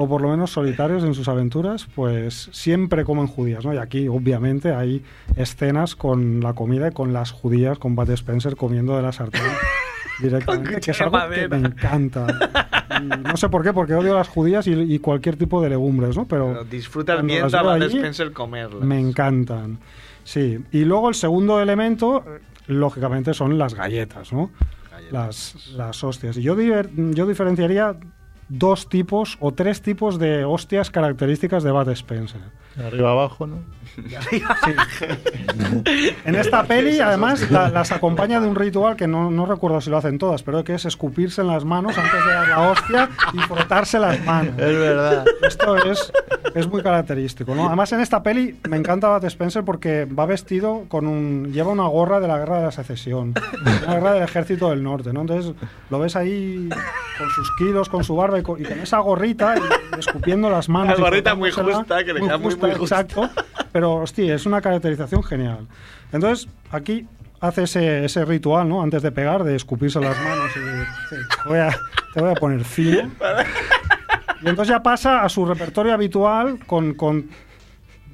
o por lo menos solitarios en sus aventuras, pues siempre comen judías, ¿no? Y aquí, obviamente, hay escenas con la comida y con las judías, con Bud Spencer comiendo de la sartén directamente, que es algo que me encanta. Y no sé por qué, porque odio las judías y, y cualquier tipo de legumbres, ¿no? Pero,
Disfrutas
cuando
viendo
las
a
veo
Bud
allí,
Spencer comerla.
me encantan. Sí, y luego el segundo elemento, lógicamente, son las galletas, ¿no? Las, las hostias. Y yo, diver- yo diferenciaría dos tipos o tres tipos de hostias características de Bud Spencer.
Arriba abajo, ¿no?
En esta peli, además, la- las acompaña de un ritual que no, no recuerdo si lo hacen todas, pero que es escupirse en las manos antes de dar la hostia y frotarse las manos.
Es verdad.
Esto es, es muy característico, ¿no? Además, en esta peli me encanta Bat Spencer porque va vestido con un... lleva una gorra de la Guerra de la Secesión, la Guerra del Ejército del Norte, ¿no? Entonces, lo ves ahí con sus kilos, con su barba y con, y con esa gorrita y escupiendo las manos.
La
y
gorrita muy
frotándosela,
justa, que le queda muy, muy justa.
Exacto. Pero, hostia, es una caracterización genial. Entonces, aquí hace ese, ese ritual, ¿no? Antes de pegar, de escupirse las manos y de, te, voy a, te voy a poner fino. Y entonces ya pasa a su repertorio habitual con, con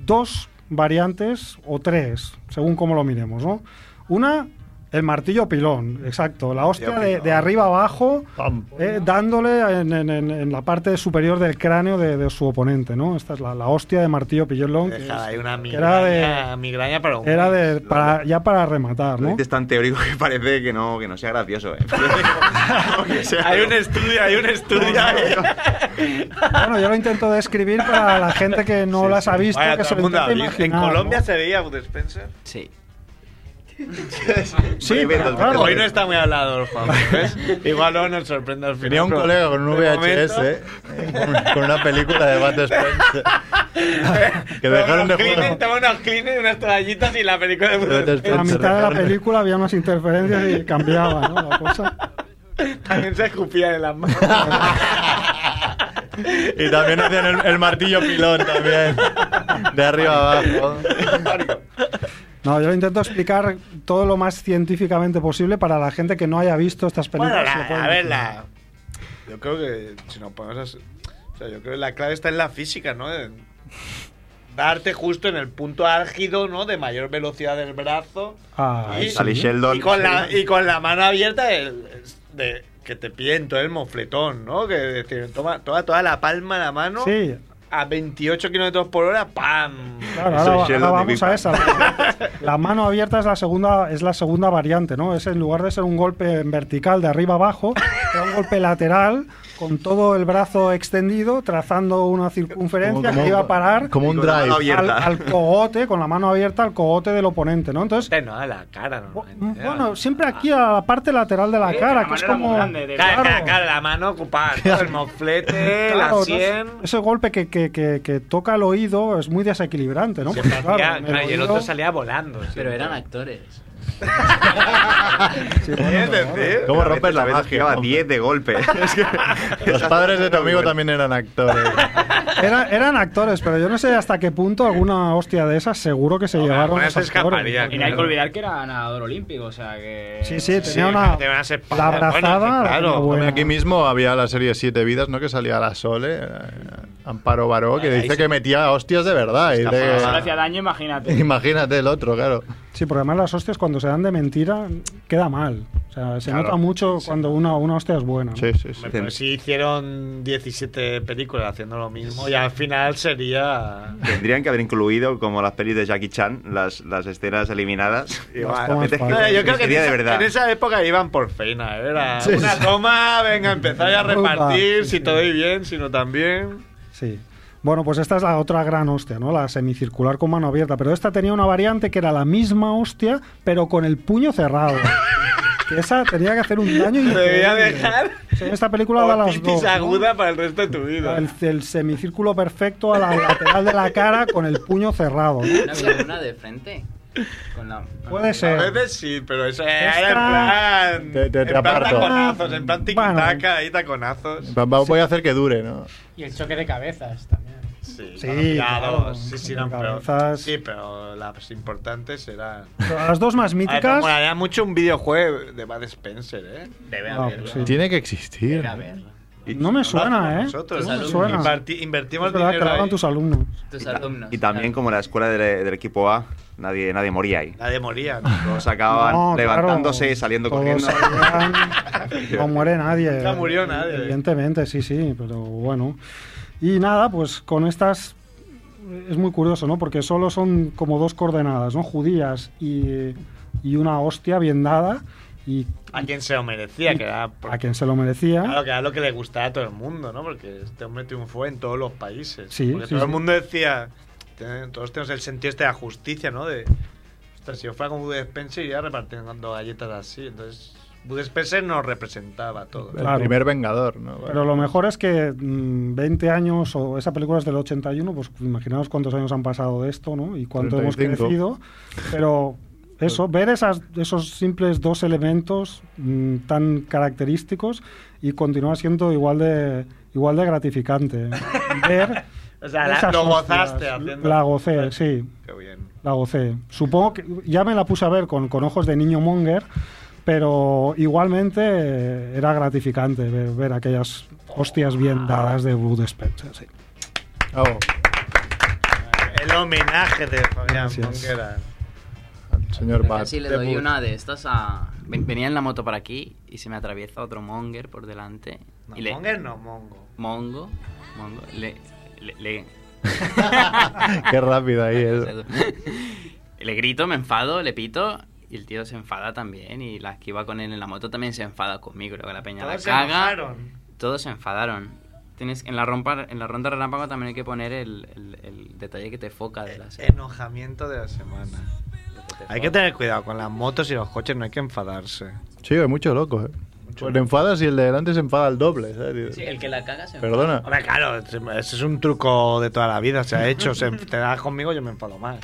dos variantes o tres, según cómo lo miremos, ¿no? Una, el martillo pilón, exacto. La hostia de, de arriba abajo, eh, dándole en, en- en- en la parte superior del cráneo de, de su oponente, ¿no? Esta es la, la hostia de martillo pilón. que
Deja, hay una
que era
migraña,
de-
migraña para un...
Era de, para, ya para rematar, ¿no?
Es tan teórico que parece que no, que no sea gracioso. ¿eh?
Hay un estudio, hay un estudio. ahí.
Bueno, yo lo intento describir para la gente que no las ha visto.
Vaya,
que
todo
se
el
lo
mundo ha
intente
visto. ¿En
imaginar, ¿no?
Colombia se veía Bud Spencer?
Sí.
Sí, pero claro.
Hoy no está muy hablado, Juan. ¿ves? Igual luego nos sorprende al final.
Tenía un
pero
colega con un
de
VHS,
momento-
¿eh? con una película de Bud Spencer. que
Toma
dejaron de
unos Kleenex,
jugar.
Toma unos Kleenex, unas toallitas y la película de Bud
Bud
A
Spencer.
mitad de la película había unas interferencias y cambiaba, ¿no? La cosa.
También se escupía de las manos.
Y también hacían el, el martillo pilón también. De arriba abajo.
No, yo lo intento explicar todo lo más científicamente posible para la gente que no haya visto estas
Bueno,
películas.
la-
se lo pueden
a ver,
imaginar.
la, yo creo que si nos ponemos así- o sea, yo creo que la clave está en la física, ¿no? En darte justo en el punto álgido, ¿no? De mayor velocidad del brazo.
Ah,
y,
Sally Sheldon.
y con la, y con la mano abierta el- de, que te piento el mofletón, ¿no? Que es decir, toma toda, toda la palma de la mano.
Sí,
A 28 kilómetros por hora, ¡pam!
claro, ahora, ahora vamos a esa. La, la mano abierta es la segunda es la segunda variante, ¿no? Es en lugar de ser un golpe en vertical de arriba abajo, era un golpe lateral con todo el brazo extendido, trazando una circunferencia
Como- como-
que iba a parar
como un Con la drive. mano
al,
abierta.
al cogote, con la mano abierta al cogote del oponente, ¿no? Entonces,
Este no, a la cara normalmente. ¿eh?
bueno, siempre aquí a la parte lateral de la cara, que es como
Claro,
claro.
claro, claro, la mano ocupada, ¿no? el moflete,
Claro,
la
¿no?
sien.
Ese golpe que, que- que- que toca el oído es muy desequilibrante, ¿no? Porque,
Claro,
pues claro, en el
y el
oído-
otro salía volando.
Pero eran actores.
¿Cómo rompes la
A veces
magia?
llegaba 10 de golpe. Es que-
Los padres de tu amigo también eran actores.
Era- eran actores, pero yo no sé hasta qué punto alguna hostia de esas seguro que se llevaron.
alguna se
esos actores.
escaparía,
Y no hay que olvidar que era nadador olímpico, o sea que.
Sí, sí, tenía una.
te unas
La
espaldas
abrazada.
buenas,
la tenía buena.
Aquí mismo había la serie Siete Vidas, ¿no? Que salía la Sole, eh, Amparo Baró, que dice que metía hostias de verdad. y
Si no le
de-
hacía daño, imagínate.
Imagínate el otro, claro.
Sí, porque además las hostias cuando se dan de mentira queda mal. O sea, se
Claro.
nota mucho cuando una, una hostia es buena. ¿no?
Sí, sí, sí.
Hombre, Pero si hicieron 17 películas haciendo lo mismo y al final sería...
Tendrían que haber incluido, como las pelis de Jackie Chan, las, las escenas eliminadas.
Igual.
A veces-
No, yo creo que en
sería
esa,
de verdad.
en esa época iban por feina, ¿eh? era
Sí,
una
sí.
toma, venga, empezar ya a
Upa,
repartir,
sí,
si todo iba bien, si no también.
Sí. Bueno, pues esta es la otra gran hostia, ¿no? La semicircular con mano abierta. Pero esta tenía una variante que era la misma hostia, pero con el puño cerrado. Que esa tenía que hacer un daño y
Debía dejar
esta película da las dos.
titis
¿no?
aguda para el resto de tu vida.
El, el semicírculo perfecto a la lateral de la cara con el puño cerrado. ¿no?
Una violona de frente. Con la, con
Puede
la-
ser.
A veces sí, pero eso
Esta-
era en plan.
Te- te- te
en plan
aparto.
taconazos, en plan tic-taca, ahí taconazos.
Va- va- Voy a hacer que dure, ¿no?
Y el choque de cabezas también.
Sí,
Sí,
claro,
claro,
sí, sí, eran, pero,
cabezas.
sí, pero las importantes eran.
Pero las dos
Ah,
más míticas-
Era mucho un videojuego de Bad Spencer, ¿eh? Debe
Ah, haberlo. pues sí.
Tiene que existir.
No me suena, ¿eh?
Nosotros
No me
tus
suena.
inverti- invertimos
Es verdad que
dinero
la hagan
ahí.
tus alumnos.
Tus alumnos.
Y también como la escuela del, del equipo A, nadie, nadie moría ahí.
Nadie moría.
Todos acababan
No, claro.
levantándose y saliendo
Todos
corriendo.
No muere nadie.
Nunca murió nadie.
Evidentemente, sí, sí, pero bueno. Y nada, pues con estas es muy curioso, ¿no? Porque solo son como dos coordenadas, ¿no? Judías y, y una hostia bien dada y
A quien se lo merecía, que era. por-
a quien se lo merecía.
Claro, que era lo que le gustaba a todo el mundo, ¿no? Porque este hombre triunfó en todos los países.
Sí,
Porque
sí,
todo el
sí.
mundo decía, "Ten- todos tenemos el sentido este de la justicia, ¿no? De, "Ostras, si yo fuera como Bud Spencer iría repartiendo galletas así. Entonces, Bud Spencer nos representaba a todos.
El primer Vengador, ¿no?
Pero lo mejor es que mm, 20 años, o esa película es del 81, pues imaginaos cuántos años han pasado de esto, ¿no? Y cuánto hemos
35.
crecido. Pero eso, ver esas, esos simples dos elementos mm, tan característicos y continúa siendo igual de, igual de gratificante. ¿eh? ver
O sea, la-
esas
lo
hostias.
gozaste haciendo.
La gocé, sí.
Qué bien.
La gocé. Supongo que ya me la puse a ver con, con ojos de niño monger, pero igualmente eh, era gratificante ver, ver aquellas hostias
Ah.
bien dadas de Bud Spencer. sí.
El homenaje de Fabián
Gracias.
Monguera.
Señor Bat.
Casi le doy una de estas a. Ven- Venía en la moto para aquí y se me atraviesa otro monger por delante. y le-
Monger no, Mongo.
Mongo. Mongo. Le. le- le-
Qué rápido ahí eh. es.
le grito, me enfado, le pito. Y el tío se enfada también. Y la que iba con él en la moto también se enfada conmigo. Luego la peña
Todos se
la caga.
enojaron.
Todos se enfadaron. Tienes, en, la rompa, en la ronda relámpago también hay que poner el, el- el detalle que te foca de la serie.
Eh, Enojamiento de la semana. Hay que tener cuidado con las motos y los coches, no hay que enfadarse.
Sí, hay mucho loco, ¿eh? Pues te enfadas y el de delante se enfada el doble, ¿sabes?
el que la caga se
Perdona.
Hombre, claro, ese es un truco de toda la vida, se ha hecho. Se, te das conmigo, yo me enfado más.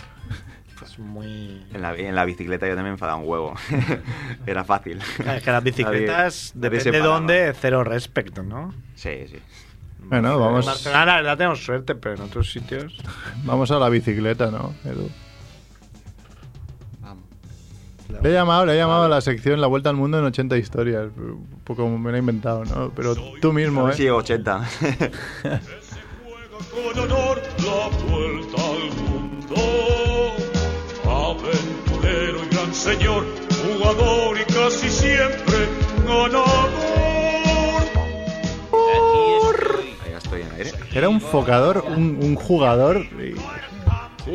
Es muy.
En la, en la bicicleta yo también me enfadaba un huevo. Era fácil.
Es que las bicicletas,
Nadie- nadie
depende
se
de
paraba.
dónde, cero respeto, ¿no?
Sí, sí.
Bueno,
En
vamos,
Barcelona, la verdad, tenemos suerte, pero en otros sitios.
vamos a la bicicleta, ¿no, Edu?
Vamos.
Le he llamado, le he llamado a la sección La Vuelta al Mundo en 80 historias. Un poco me lo he inventado, ¿no? Pero tú
A
mismo,
ver si
¿eh?
llego 80.
con honor la vuelta al mundo. Aventurero y gran señor, jugador y casi siempre ganador.
Ahí ya estoy en aire.
¿eh? Era un focador, un, un jugador. y-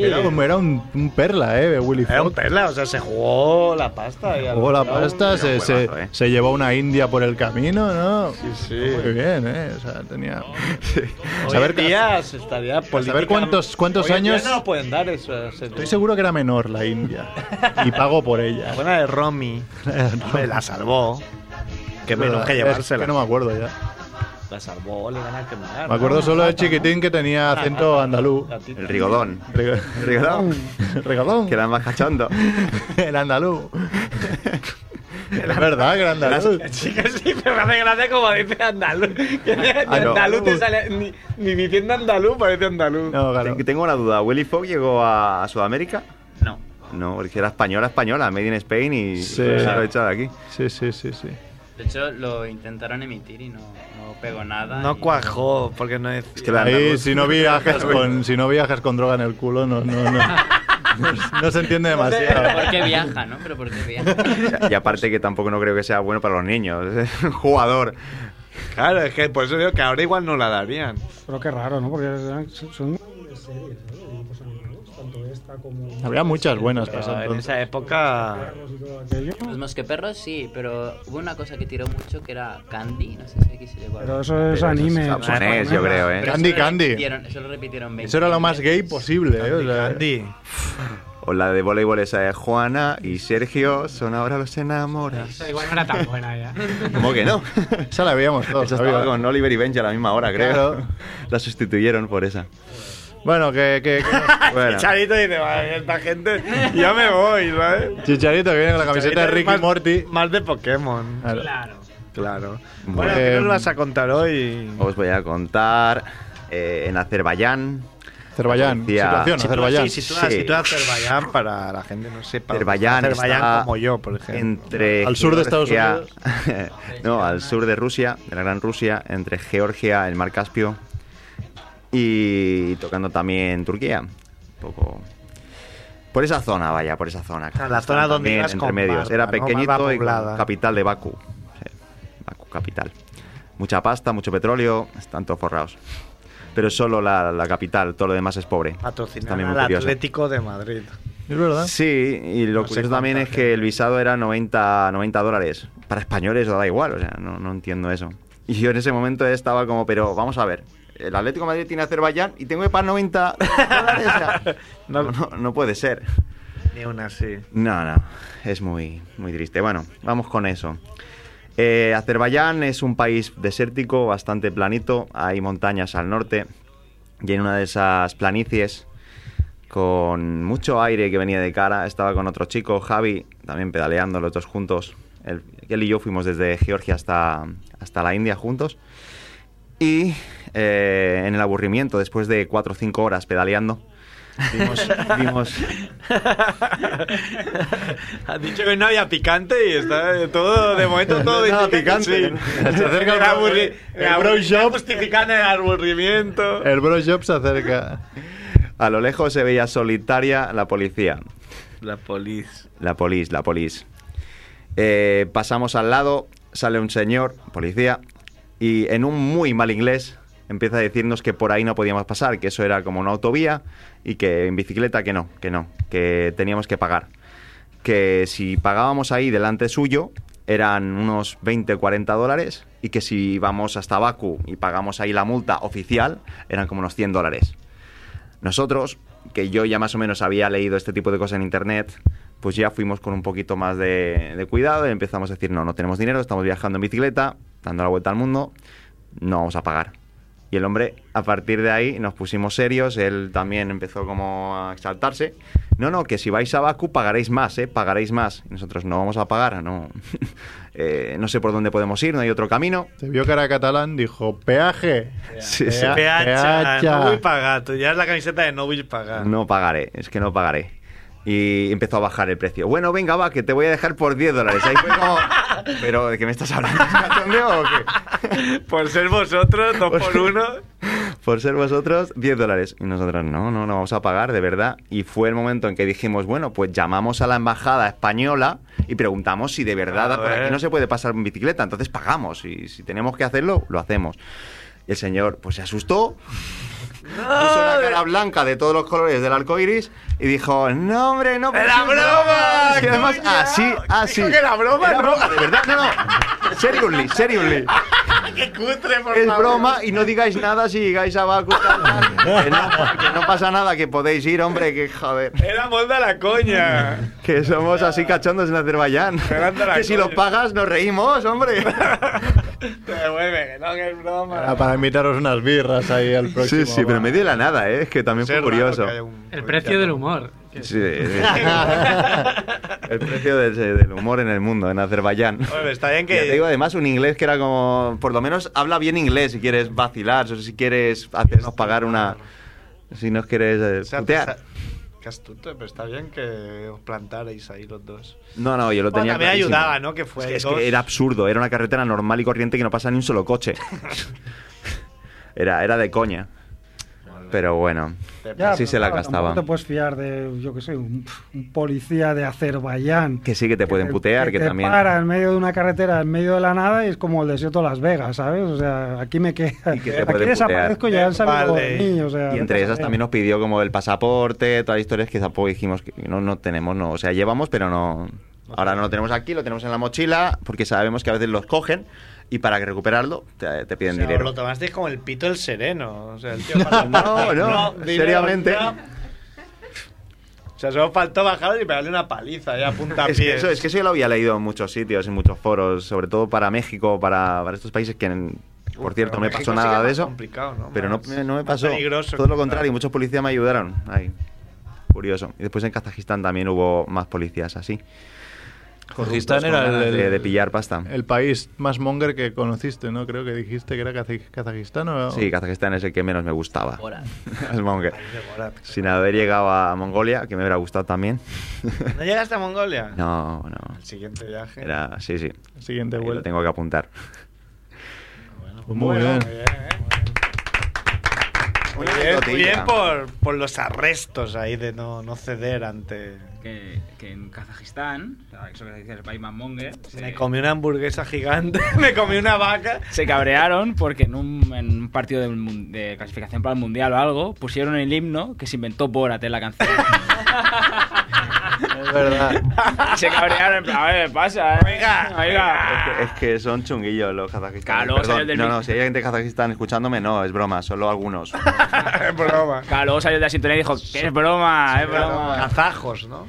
Era como era un, un perla, ¿eh? de Willy
Era un
Fox.
perla, o sea, se jugó la pasta. y al-
Jugó la
era un-
pasta,
era
se,
un
se-
juegazo, ¿eh?
se llevó una india por el camino, ¿no? Sí, sí. Muy bien, ¿eh? O sea, tenía.
Hoy
Saber,
en día se estaría política-
cuántos- cuántos
Hoy en día
años-
no pueden dar eso. ese
Estoy
truco.
seguro que era menor la india. Y pago por ella.
Buena de Romy. Hombre, la salvó. Que menos que
Es
llevársela.
que no me acuerdo ya.
La salvó, le van a quemar.
Me acuerdo solo del chiquitín que tenía acento andaluz.
El rigodón.
Rigo-
El rigodón.
Regalón.
Que era más cachondo.
El andaluz. Es verdad que era andaluz.
Sí, pero me hace gracia como dice andaluz. Que ni
Ah, no.
andaluz te sale. Ni, ni diciendo andaluz parece andaluz.
Ten- Tengo una duda. ¿Willy Fogg llegó a, a Sudamérica?
No.
No, porque era española, española, made in Spain y
Sí.
y se lo echado aquí.
Sí, sí, sí, sí.
De hecho, lo intentaron emitir y no, no pegó nada.
No
y-
cuajó, porque no es.
que la
Ahí,
andaluz-
si no, viajas con, si no viajas con droga en el culo, no, no, no, no, no se entiende demasiado.
¿Por qué viaja, no? Pero ¿por qué viaja?
Y aparte que tampoco no creo que sea bueno para los niños. Es un jugador.
Claro, es que por eso digo que ahora igual no la darían.
Pero qué raro, ¿no? Porque eran- son... Tanto esta como...
Había muchas buenas para
Pero
ese
en
entonces.
esa época.
Los mosqueperros sí, pero hubo una cosa que tiró mucho que era Candy, no sé si aquí se llegó a ver.
Pero eso es anime. pues,
japonés, yo creo, ¿eh?
Pero
Candy,
eso lo
Candy.
repitieron- Eso lo repitieron 20
Eso era lo más gay posible, ¿eh? O sea,
Andy.
O la de voleibol esa es Juana y Sergio son ahora los enamoras.
Eso igual no era tan buena ya.
¿Cómo que no?
esa la veíamos todos.
Esa estaba con Oliver y Benji a la misma hora, creo.
Claro.
La sustituyeron por esa.
Bueno, que. que, que-
Bueno.
Charito dice, "Vale, esta gente, ya me voy, ¿sabes?
Chicharito que viene con la camiseta de
Chicharito
Ricky
más-
Morty. Ah,
Más de Pokémon.
Claro.
Claro.
Bueno,
Bueno, ¿qué nos vas a contar hoy?
Os voy a contar eh, en Azerbaiyán.
Azerbaiyán,
la policía-
situación,
Sí,
Azerbaiyán.
sí, sí,
Sitúa,
sí.
sitúa Azerbaiyán para la gente no sepa.
Azerbaiyán, está
como yo, por ejemplo.
Entre
Al sur de Estados
Georgia- no, al sur de Rusia, de la Gran Rusia, entre Georgia, el Mar Caspio y tocando también Turquía. Un poco. Por esa zona, vaya, por esa zona.
sea, la zona donde
También
ibas
entre
con
medios.
barba,
Era
¿no?
pequeñito
Barba
y con
poblada.
capital de Bakú. Sí, Bakú capital. Mucha pasta, mucho petróleo, están todos forrados. Pero solo la, la capital, todo lo demás es pobre. Es
Patrocinar
también
al
muy curioso.
Atlético de Madrid.
¿Es verdad?
Sí, y lo
No sé
curioso también es que el visado era 90, 90 dólares. Para españoles da igual, o sea, no, no entiendo eso. Y yo en ese momento estaba como, pero vamos a ver, el Atlético de Madrid tiene Azerbaiyán y tengo que pagar 90 dólares. o sea, no, no, no puede ser.
Ni una así.
No, no, es muy, muy triste. Bueno, vamos con eso. Eh, Azerbaiyán es un país desértico, bastante planito, hay montañas al norte y en una de esas planicies, con mucho aire que venía de cara, estaba con otro chico, Javi, también pedaleando los dos juntos. Él, él y yo fuimos desde Georgia hasta, hasta la India juntos. Y eh, en el aburrimiento, después de 4 o 5 horas pedaleando, vimos- vimos
Ha dicho que no había picante y está todo, de momento todo indica que sí.
Se acerca el
el, aburri-
el bro
shop. Justificando el aburrimiento.
Eh.
El Bro Job se acerca.
A lo lejos se veía solitaria la policía.
La polis.
La polis, la polis. Eh, pasamos al lado, sale un señor, policía, y en un muy mal inglés empieza a decirnos que por ahí no podíamos pasar, que eso era como una autovía y que en bicicleta que no, que no, que teníamos que pagar. Que si pagábamos ahí delante suyo eran unos 20 o 40 dólares y que si íbamos hasta Bakú y pagamos ahí la multa oficial eran como unos 100 dólares. Nosotros, que yo ya más o menos había leído este tipo de cosas en internet, pues ya fuimos con un poquito más de, de cuidado y empezamos a decir, no, no tenemos dinero, estamos viajando en bicicleta, dando la vuelta al mundo, no vamos a pagar. Y el hombre, a partir de ahí, nos pusimos serios, él también empezó como a exaltarse. No, no, que si vais a Bakú pagaréis más, ¿eh? Pagaréis más. Y nosotros no vamos a pagar, no. Eh, no sé por dónde podemos ir, no hay otro camino.
Se vio cara de catalán, dijo, peaje.
Sí, sí.
Pea-
Peacha,
peacha.
no voy pagar. Tú ya es la camiseta de no voy pagar.
No pagaré, es que no pagaré. Y empezó a bajar el precio. Bueno, venga, va, que te voy a dejar por 10 dólares. Ahí fue como, Pero, ¿de qué me estás hablando? ¿Es cachondeo o qué?
Por ser vosotros, dos por uno.
Por ser vosotros, 10 dólares. Y nosotros, no, no, no vamos a pagar, de verdad. Y fue el momento en que dijimos, bueno, pues llamamos a la embajada española y preguntamos si de verdad
A
por aquí
ver.
no se puede pasar en bicicleta. Entonces pagamos y si tenemos que hacerlo, lo hacemos. Y el señor, pues se asustó, puso la cara blanca de todos los colores del arco iris y dijo: No, hombre, no.
¡Era
pues,
broma,
Y además,
coño!
así, así.
Dijo que era broma,
Era
¿no?
De verdad, no, no. Seriously, seriously.
¡Qué cutre, por
Es
favor!
broma y no digáis nada si llegáis a Baku. tal, tal. Que no, que no pasa nada, que podéis ir, hombre, que joder.
Era molda la coña.
Que somos así cachondos en Azerbaiyán.
Pegando la
Que si lo
coña.
pagas nos reímos, hombre.
Te devuelve, que no, que es broma.
Era para invitaros unas birras ahí al próximo.
Sí, sí, pero
bar.
me dio la nada, ¿eh? es que también fue
Ser raro
curioso.
que haya un-
El precio del humor.
Sí, el precio del, del humor en el mundo, en Azerbaiyán.
Bueno, está bien
Ya te
que.
digo, además, un inglés que era como. Por lo menos habla bien inglés si quieres vacilar, o si quieres hacernos pagar una. Si nos quieres eh,
sea,
putear.
pesa- Qué astuto, pero está bien que os plantarais ahí los dos.
No, no, yo lo
Bueno,
tenía
también
clarísimo.
ayudaba, ¿no? Que fue
Es que, es
dos.
que era absurdo, era una carretera normal y corriente que no pasa ni un solo coche. era, era de coña. Pero bueno,
Ya,
así
pero
se la
claro,
gastaba.
tampoco te puedes fiar de, yo qué sé, un, un policía de Azerbaiyán.
Que sí que te pueden putear, que
te
también.
para en medio de una carretera, en medio de la nada, y es como el desierto de Las Vegas, ¿sabes? O sea, aquí me queda.
que te
aquí
pueden
desaparezco y ya han salido
Vale.
de mí, o sea,
Y entre esas también nos pidió como el pasaporte, todas las historias que tampoco dijimos que no, no tenemos, no, o sea, llevamos, pero no. Ahora no lo tenemos aquí, lo tenemos en la mochila, porque sabemos que a veces los cogen y para recuperarlo te, te piden
O sea, os
dinero.
lo tomasteis como el pito el sereno. O sea, el tío
No, no,
dinero,
seriamente.
no. O sea, solo faltó bajar y pegarle una paliza ya punta
Es que, eso, es que eso yo lo había leído en muchos sitios, en muchos foros, sobre todo para México, para, para estos países que, en- por cierto, no me pasó nada de eso. Pero no, me- no me pasó. Todo lo contrario, muchos policías me ayudaron. Ay, curioso. Y después en Kazajistán también hubo más policías así.
Kazajistán
Corruptos
era
con
el-
ganas de,
el- Eh,
de pillar pasta.
El país más monger que conociste, ¿no? Creo que dijiste que era Kazaj- Kazajistán o...
Sí, Kazajistán es el que menos me gustaba.
Borat.
Es monger. Sin haber llegado a Mongolia, que me hubiera gustado también.
¿No llegaste a Mongolia?
No, no.
El siguiente viaje.
Era, sí, sí.
Siguiente
Ahí lo
vuelta.
tengo que apuntar.
Pues
Muy bien.
eh,
¿eh? Muy
Una
bien, muy
anecdotilla.
bien por, por los arrestos ahí de no, no ceder ante...
Que, que en Kazajistán, claro, eso que dice el país más monger,
Me
se,
comí una hamburguesa gigante, me comí una vaca.
se cabrearon porque en un, en un partido del mun- de, clasificación para el mundial o algo pusieron el himno que se inventó Borat en la canción.
Es
Eh,
verdad.
se cabrearon, en plan, a ver, pasa, eh. Oiga, oiga.
Es que son chunguillos los kazajistanes.
Claro, salió
Perdón.
del
No,
mi-
no, si hay gente de Kazajistán escuchándome, no, es broma, solo algunos.
es broma.
Claro, luego salió de la sintonía y dijo, que es broma, es broma.
Kazajos, ¿no?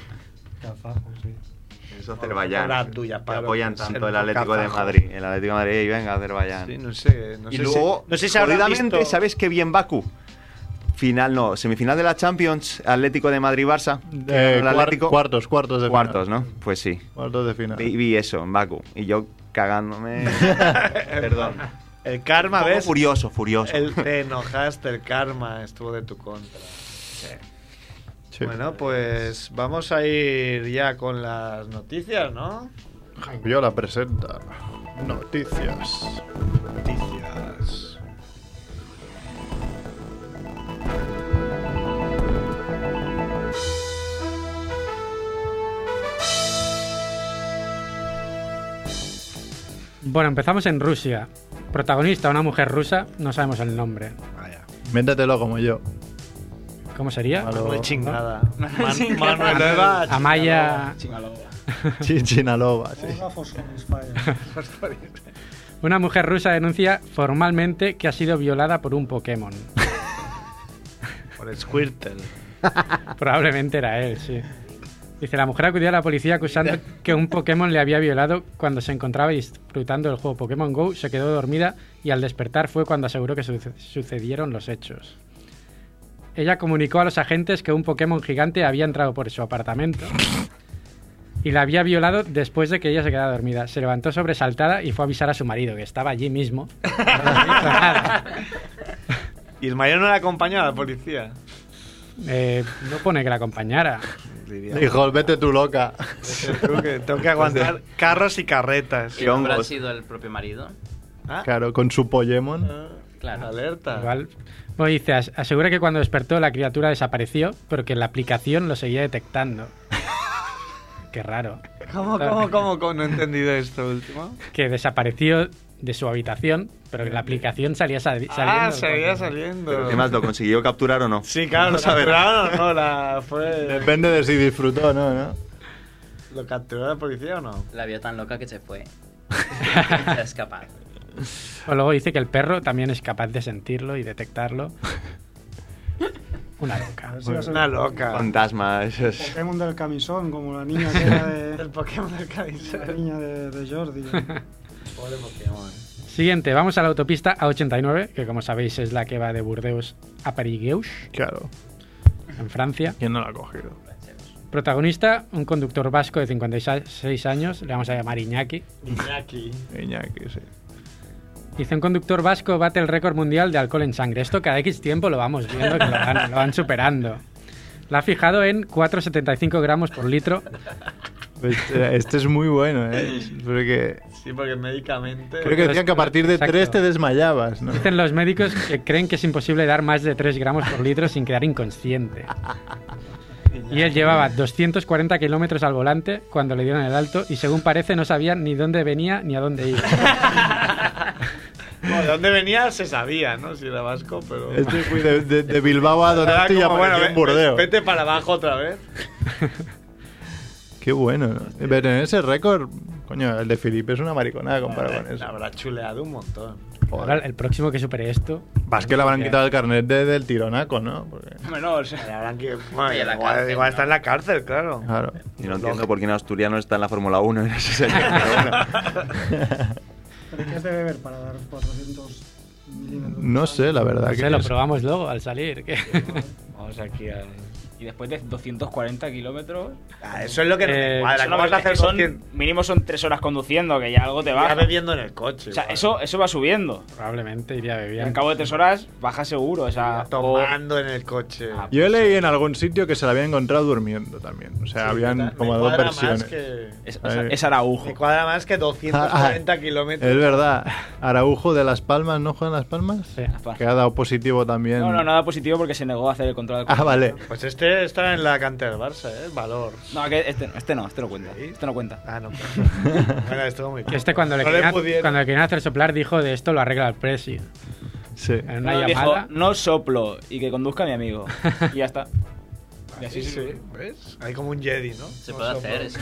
Es Azerbaiyán.
Ahora tuya,
Que
Pablo,
apoyan
que es
tanto
el
el Atlético de
kazajo.
Madrid. El Atlético de Madrid, y venga, Azerbaiyán.
Sí, no sé. No
y
sé
luego,
si, no sé si habrán
jodidamente,
visto-
¿sabes qué bien Baku? Final, no, semifinal de la Champions, Atlético de Madrid-Barça. que ganó
Eh,
el
cuar-
Atlético.
cuartos, cuartos de
Cuartos, ¿no? Pues sí.
Cuartos de final.
Vi, vi eso en Baku. Y yo cagándome. Perdón.
El karma,
Un poco
¿ves?
furioso, furioso.
El, te enojaste, el karma estuvo de tu contra. Bueno, pues vamos a ir ya con las noticias, ¿no?
Yo la presenta. Noticias.
Noticias.
Bueno, empezamos en Rusia. Protagonista, una mujer rusa, no sabemos el nombre.
Méntatelo como yo.
¿Cómo sería?
Manuel
Chingada.
Manueleva,
Amaya.
Chichinalova, sí.
Una mujer rusa denuncia formalmente que ha sido violada por un Pokémon.
Por el Squirtle.
Probablemente era él, sí. Dice, la mujer acudió a la policía acusando que un Pokémon le había violado cuando se encontraba disfrutando del juego Pokémon Go, se quedó dormida y al despertar fue cuando aseguró que suce- sucedieron los hechos. Ella comunicó a los agentes que un Pokémon gigante había entrado por su apartamento y la había violado después de que ella se quedara dormida. Se levantó sobresaltada y fue a avisar a su marido, que estaba allí mismo.
Y el mayor no la acompañó a la policía.
Eh, no pone que la acompañara.
Dijo, vete tú loca.
Tengo que, tengo que aguantar carros y carretas.
¿Y no habrá sido el propio marido?
Claro, con su
Ah.
Pokémon.
Claro.
Alerta.
Igual. Bueno, dice, "As- asegura que cuando despertó la criatura desapareció, pero que la aplicación lo seguía detectando. Qué raro.
¿Cómo, cómo, cómo, cómo? No he entendido esto último.
Que desapareció de su habitación, pero que la aplicación salía sa- saliendo.
Ah, seguía saliendo.
¿Qué más? ¿Lo consiguió capturar o no?
Sí, claro, lo
Vamos a ver.
capturaron o no. La, fue,
Depende de si disfrutó o no, ¿no?
¿Lo capturó la policía o no?
La vio tan loca que se fue. se ha escapado.
O luego dice que el perro también es capaz de sentirlo y detectarlo. Una loca.
Una loca.
Fantasma, eso es.
Pokémon del camisón, como la niña que era de.
El Pokémon del camisón.
La niña de, de Jordi.
Pobre Pokémon.
Siguiente, vamos a la autopista A89, que como sabéis es la que va de Burdeos a Parigueus.
Claro.
En Francia.
¿Quién no la ha cogido?
Protagonista, un conductor vasco de 56 años, le vamos a llamar Iñaki.
Iñaki.
Iñaki, sí.
Dice un conductor vasco bate el récord mundial de alcohol en sangre. Esto cada X tiempo lo vamos viendo que lo van, lo van superando. La ha fijado en 4,75 gramos por litro.
Este, este es muy bueno, ¿eh? Porque
Sí, porque médicamente.
creo que decían que a partir de
Exacto.
tres te desmayabas, ¿no?
Dicen los médicos que creen que es imposible dar más de 3 gramos por litro sin quedar inconsciente. Y él llevaba 240 kilómetros al volante cuando le dieron el alto y según parece no sabía ni dónde venía ni a dónde iba.
Bueno, de dónde venía se sabía, ¿no? Si era vasco, pero.
Este fui de, de- de Bilbao a Donati y
Era Ah, como,
apareció en
ve-
Burdeos.
Vete para abajo otra vez.
Qué bueno, ¿no? Pero en ese récord, coño, el de Felipe es una mariconada comparado con
La
eso.
habrá chuleado un montón.
Ahora, el próximo que supere esto.
Vas que le habrán quitado el carnet de- del tironaco, ¿no? Porque-
Bueno,
Bueno, igual, igual está en la cárcel, claro.
Claro.
Y no entiendo por qué un asturiano está en la Fórmula 1 en ese señor, pero bueno.
¿Pero qué has de beber para dar 400 milímetros?
No sé, la verdad.
No
que
sé, lo
es-
probamos luego al salir. que-
Vamos aquí a... Y después de 240 kilómetros...
Ah, eso es lo
Eh,
Eh,
que no me cuadra,
eso no
¿cómo
me-
vas a hacer
es que son-
200?
Mínimo son 3 horas conduciendo, que ya algo te
Ya
baja.
bebiendo en el coche.
O sea,
igual.
eso, eso va subiendo.
Probablemente iría
Y
bebiendo.
al cabo de 3 horas baja seguro. O sea,
Tomando en el coche.
Yo leí en algún sitio que se la había encontrado durmiendo también. O sea, habían como dos
cuadra más
versiones.
que-
Es,
Eh,
Araujo.
Me cuadra más que 240 kilómetros.
Es verdad. Araujo de Las Palmas, ¿no juega en Las Palmas? Sí. Que ha dado positivo también.
No, no, nada positivo porque se negó a hacer el control
Ah, vale.
Pues este está en la cantera del Barça, ¿eh? Valor.
No, que este, este no, este no cuenta. Este no cuenta.
Ah, no. bueno, estuvo muy
Este cuando le,
No le
querían,
pudieron.
cuando le querían hacer soplar dijo de esto lo arregla el presi.
Sí.
En una
No, dijo,
llamada.
no soplo y que conduzca mi amigo. Y ya está. Y así
Sí, sí, ¿ves? Hay como un Jedi, ¿no? Se
puede hacer ¿eh? eso,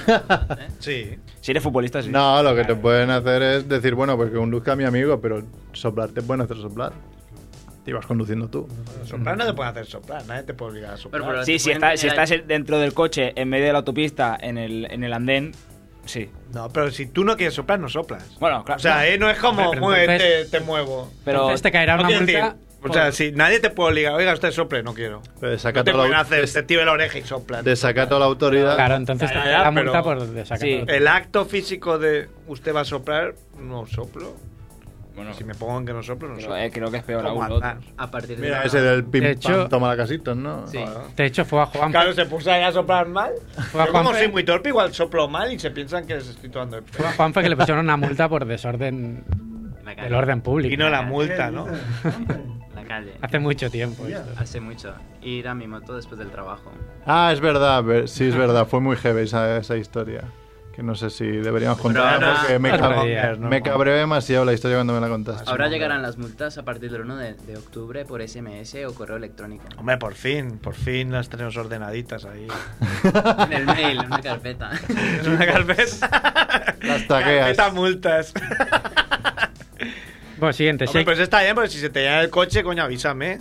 Sí.
Si eres futbolista, sí.
No, lo que te pueden hacer es decir, bueno, pues que conduzca a mi amigo, pero soplar te pueden hacer soplar. Te ibas conduciendo tú.
Soplar no te pueden hacer soplar, nadie te puede obligar a soplar.
sí, si, está- si estás dentro del coche, en medio de la autopista, en el, en el andén, sí.
No, pero si tú no quieres soplar, no soplas.
Bueno, claro.
O sea, eh, no es como,
Hombre, pero
muévete,
entonces-
te muevo.
Pero- Entonces te caerá una
quiero
multa
decir,
por-
O sea, si nadie te puede obligar, oiga, usted sople, no quiero.
Te
No
Pues saca
te
toda
pueden
la,
hacer, te tira la oreja y sopla.
te saca toda la autoridad.
Claro, entonces te
Ya,
caerá
ya,
multa
pero-
por desacato.
Sí. Ah. El acto físico de usted va a soplar, no soplo. si me pongo en que no soplo, no
Pero,
soplo.
eh, creo que es peor
Como
aún lo otro.
andar.
A partir
Mira, ese del pim
De
pam,
hecho-
toma la casita, ¿no?
Sí.
De hecho, fue a Juan.
Claro, se puso ahí a soplar mal.
a
Yo como
Juanfe.
soy muy torpe, igual soplo mal y se piensan que les estoy tomando el pelo.
Fue a Juanfe que le pusieron una multa por desorden del orden público.
Vino la multa, ¿no?
La calle.
Hace mucho tiempo esto.
Hace mucho. Ir a mi moto después del trabajo.
Ah, es verdad, ver- sí, es verdad, fue muy heavy esa, esa historia. Que no sé si deberíamos contar
ahora-
porque me,
Otro
cab-
día,
me cabreó demasiado la historia cuando me la contaste.
Ahora llegarán las multas a partir del 1 de, de octubre por SMS o correo electrónico.
Hombre, por fin, por fin las tenemos ordenaditas ahí.
En el mail, en una carpeta.
en una carpeta.
Las
tagueas.
Carpeta multas.
Bueno, siguiente,
Hombre,
sí.
pues está bien, porque si se te llena el coche, coño, avísame.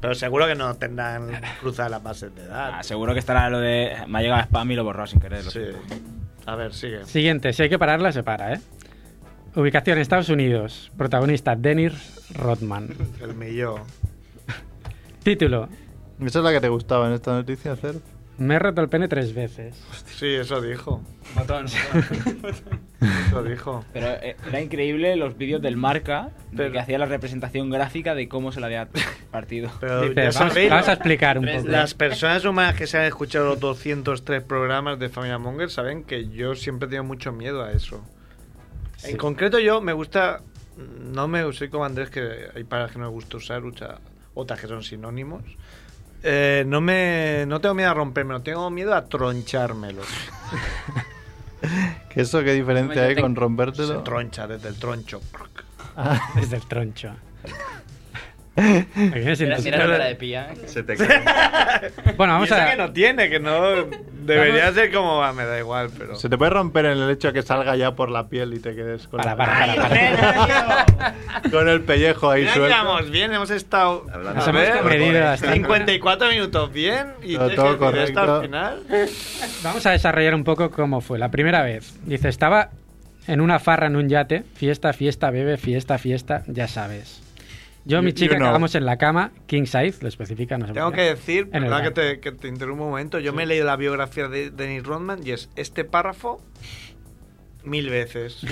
Pero seguro que no tendrán cruzadas las bases de edad.
Ah, seguro que estará lo de. Me ha llegado spam y lo he borrado sin querer. lo
Sí.
siento.
A ver, sigue.
Siguiente, si hay que pararla, se para, ¿eh? Ubicación Estados Unidos. Protagonista Dennis Rodman.
El millón.
Título:
¿Esa es la que te gustaba en esta noticia, Cer?
Me he roto el pene tres veces.
Sí, eso dijo.
Botón.
Eso dijo.
Pero eh, era increíble los vídeos del marca de que hacía la representación gráfica de cómo se la había partido.
Pero
Dice,
ya
"Vamos-
sabéis,
vamos a
¿no?
explicar un poco".
Las personas humanas que se han escuchado los 203 programas de Familia Monger saben que yo siempre he tenido mucho miedo a eso.
Sí.
En concreto yo me gusta, no me soy como Andrés que hay palabras que no me gusta usar, usa otras que son sinónimos. Eh, no me, no tengo miedo a rompérmelo, tengo miedo a tronchármelo.
¿Que eso qué diferencia hay con rompértelo?
Se troncha desde el troncho.
Desde el troncho. Me viene sin
Mira, mira la
troncho.
cara de pilla.
Se te
Bueno, vamos
Y eso
a-
que no tiene, que no debería ser como va, me da igual, pero.
Se te puede romper en el hecho de que salga ya por la piel y te quedes con, la- con el pellejo ahí
Mira que
suelto.
vamos bien, hemos estado
Nos hemos comedido bastante.
54 minutos bien y
Todo-
te
todo
dejas de esto al
correcto.
final.
Vamos a desarrollar un poco cómo fue. La primera vez. Dice, estaba en una farra en un yate. Fiesta, fiesta, bebe, fiesta, fiesta, ya sabes. Yo, mi
You-
chica,
you know.
acabamos en la cama, king size, lo especifica, no sé
Tengo
por
que
qué.
decir,
En el
perdona que
bar.
te, que te interrumpo un momento, yo me he leído la biografía de Dennis Rodman y es este párrafo mil veces.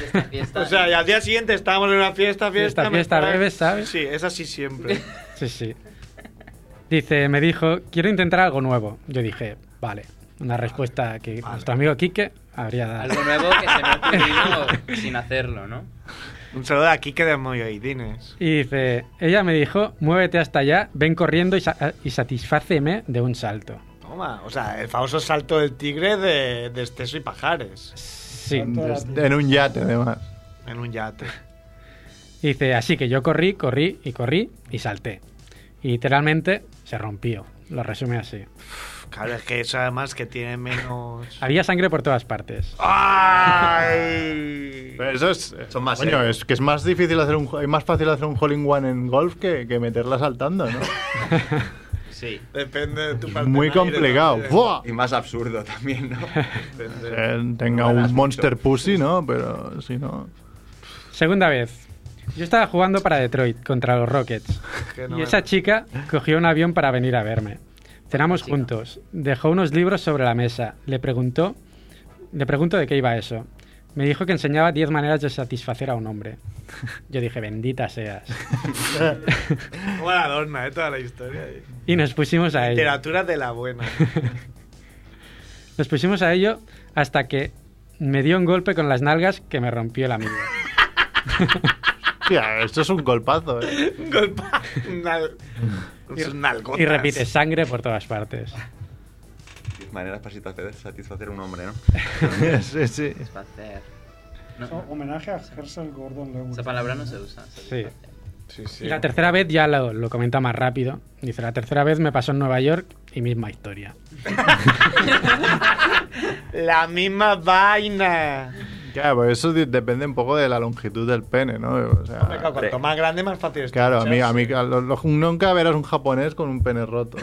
o sea, y al día siguiente estábamos en una fiesta,
Fiesta,
fiesta, me
fiesta,
estaba-
bebes, ¿sabes?
Sí, es así siempre.
Sí, sí. Dice, me dijo, quiero intentar algo nuevo. Yo dije, vale. Una respuesta que nuestro amigo Quique habría dado.
Algo nuevo que se me ha ocurrido sin hacerlo, ¿no?
un saludo a Kike de Moyoidines.
Y dice, ella me dijo, muévete hasta allá, ven corriendo y, sa- eh, y satisfáceme de un salto.
Toma, o sea, el famoso salto del tigre de, de Esteso y Pajares.
Sí.
En un yate, además.
En un yate.
Y dice, así que yo corrí, corrí y corrí y salté. Y literalmente se rompió. Lo resume así.
Claro, es que eso además que tiene menos.
Había sangre por todas partes.
¡Ay!
Pero eso es. eh,
Son más
Coño,
serios.
es que es más difícil hacer un. Es más fácil hacer un hole in one en golf que, que meterla saltando, ¿no?
Sí.
Depende de tu
Muy complicado. ¡Buah!
Y más absurdo también, ¿no?
Eh, tenga un Monster Pussy, ¿no? Pero si no.
Segunda vez. Yo estaba jugando para Detroit contra los Rockets.
Que no
y
me-
esa chica cogió un avión para venir a verme. Cenamos juntos. Dejó unos libros sobre la mesa. Le preguntó. Le pregunto de qué iba eso. Me dijo que enseñaba 10 maneras de satisfacer a un hombre. Yo dije, bendita seas.
Como la adorna, ¿eh? Toda la historia.
Y nos pusimos a ello.
Literatura de la buena.
Nos pusimos a ello hasta que me dio un golpe con las nalgas que me rompió el amigo.
Tía, esto es un golpazo, ¿eh?
Golpa. nal- sus nalgotas.
Y repite, sangre por todas partes.
Maneras para satisfacer- satisfacer a un hombre, ¿no?
sí, sí.
Satisfacer.
Es un Oh, Homenaje a Herschel Gordon Lewis.
Esa palabra no se usa.
Sí.
sí.
Y la tercera vez ya lo, lo comenta más rápido. Dice, la tercera vez me pasó en Nueva York y misma historia.
La misma vaina.
Claro, pues eso de- depende un poco de la longitud del pene, ¿no? O sea,
Claro, cuanto más grande, más fácil es.
claro, a mí, a
¿sabes?
mí a lo- lo- nunca verás un japonés con un pene roto.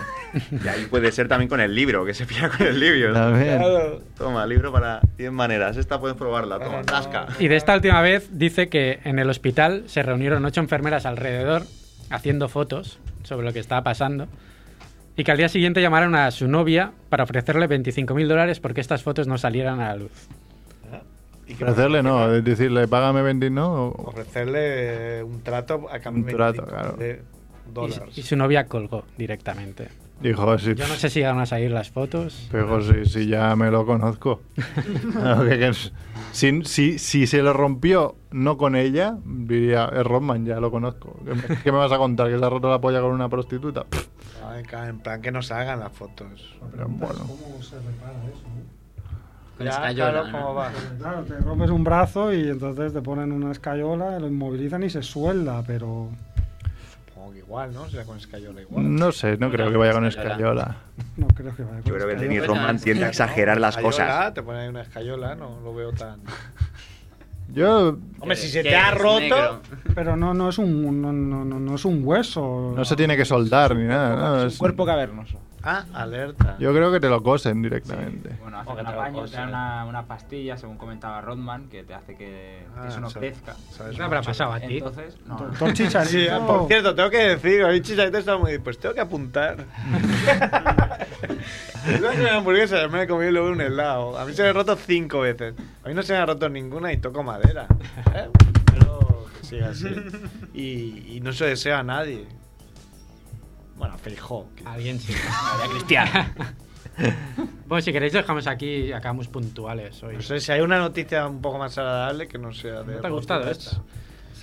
Y ahí puede ser también con el libro, que se pilla con el libro. ¿no?
También.
Claro. Toma, libro para 10 maneras. Esta puedes probarla, toma, tasca.
Y de esta última vez dice que en el hospital se reunieron ocho enfermeras alrededor haciendo fotos sobre lo que estaba pasando y que al día siguiente llamaron a su novia para ofrecerle 25.000 dólares porque estas fotos no salieran a la luz.
Ofrecerle no, es decirle, págame 20, ¿no? O-
Ofrecerle un trato a cambio
Un
de
trato,
25
claro.
de dólares.
Y su novia colgó directamente.
Dijo, sí,
Yo no sé si van a salir las fotos.
Pero si, si ya me lo conozco. No, que- que es- si, si, si se lo rompió no con ella, diría, es Rodman, ya lo conozco. ¿Qué me, qué me vas a contar? ¿Que se ha roto la polla con una prostituta? Pff,
Ay, claro, en plan que nos hagan las fotos.
Pero bueno.
¿Cómo se repara eso?
Con
Ya,
escayola,
claro,
¿no?
¿cómo va?
Pues Claro, te rompes un brazo y entonces te ponen una escayola, lo inmovilizan y se suelda, pero...
Supongo que igual, ¿no? Será con escayola igual.
No sé, no creo que vaya con escayola.
No creo que vaya
Yo creo que el
Pues
Denis Roman tiende a exagerar las cosas.
Escayola, Te ponen una escayola, no lo veo tan.
Yo
Hombre, si se
¿Qué
te ha
eres,
roto.
negro? Pero no, no, es un, no, no, no, no es un hueso.
no se tiene que soldar ni nada. ¿no? Es-
cavernoso.
Ah, alerta.
Yo creo que te lo cosen directamente.
Bueno, hace
O que
una
te lo
baño, te dan
cosen.
una, una pastilla, según comentaba Rodman, que te hace que, que
Ah,
eso no
sabes-
crezca.
sabes
Eso
mucho.
Entonces, no.
Doctor Chicharito.
Sí, ah, por cierto, tengo que decir, a mí Chicharito estaba muy. Pues tengo que apuntar. Yo me una hamburguesa, yo me he comido luego un helado. A mí se me ha roto cinco veces. A mí no se me ha roto ninguna y toco madera. ¿eh? Pero que siga así. Y, y no se desea a nadie. Bueno, Feijó.
Alguien sí. Cristian. Bueno, si queréis dejamos aquí, acabamos puntuales hoy.
No sé si hay una noticia un poco más agradable que no sea de.
¿No te ha gustado
esta?
esto?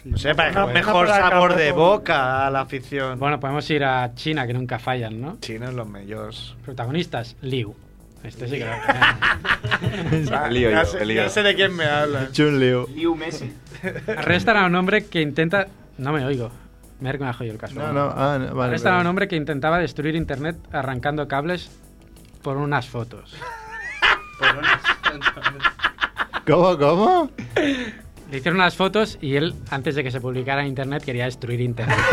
No sé, para
Una-
que
una
mejor
placa,
sabor de
¿no?
boca a la afición.
Bueno, podemos ir a China, que nunca fallan, ¿no?
China es los mellos.
Protagonistas, Liu. Este sí que lo...
lío
ya,
yo,
sé,
el lío.
ya sé de quién me hablan.
Chun-Liu.
Liu Messi.
Arrestan a un hombre que intenta... No me oigo. Me ha- me ha jodido el caso.
No, no, ah, no, vale,
Arrestan a un
vale.
hombre que intentaba destruir internet arrancando cables por unas fotos.
¿Cómo, cómo?
Le hicieron unas fotos y él, antes de que se publicara en internet, quería destruir internet.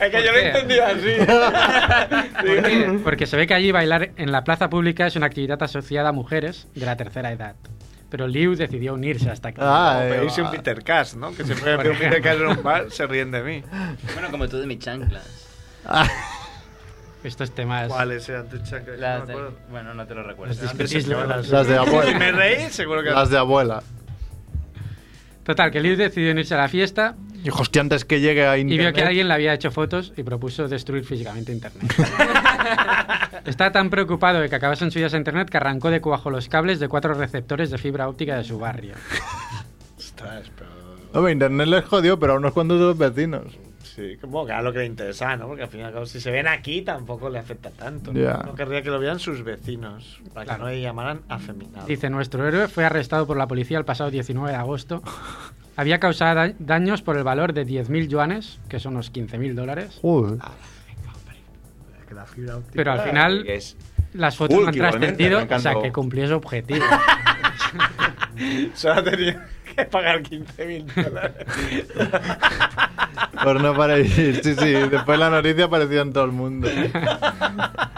Es que yo lo he entendido así.
Porque- Porque se ve que allí bailar en la plaza pública es una actividad asociada a mujeres de la tercera edad. Pero Liu decidió unirse hasta aquí.
Ah,
Como
eh,
pedirse un
ah.
Peter Cash, ¿no? Que siempre me pido un Peter Cash en un bar, se ríen de mí.
Bueno, como tú de mis chanclas.
Ah,
Estos temas...
¿Cuáles eran tus chanclas?
Las
No me
de-
acuerdo.
Bueno, no te lo recuerdo.
Las
Eran de
discutis-
señoras.
Las de abuela.
Si me reí, seguro que...
Las de abuela.
Total, que Liu decidió unirse a la fiesta
Y hostia, antes que llegue a
Y vio que
internet...
alguien le había hecho fotos y propuso destruir físicamente Internet. Está tan preocupado de que acabasen suyas a Internet que arrancó de cuajo los cables de cuatro receptores de fibra óptica de su barrio.
Ostras, pero...
Hombre, internet les jodió, pero a unos cuantos de los vecinos.
Sí, como que a lo que le interesa, ¿no? Porque al fin y al cabo, si se ven aquí, tampoco le afecta tanto.
Ya.
No querría que lo vieran sus vecinos, para
Claro.
que no le llamaran afeminado.
Dice, nuestro héroe fue arrestado por la policía el pasado 19 de agosto. Había causado da- daños por el valor de 10.000 yuanes, que son unos 15.000 dólares,
Joder.
que la fibra óptica.
Pero al final, las fotos
Hulk
han
igualmente,
trascendido, o sea,
arrancando.
que cumplió su objetivo.
Solo ha tenido que pagar 15.000 dólares.
Por no parecer. Sí, sí. Después la noticia apareció en todo el mundo.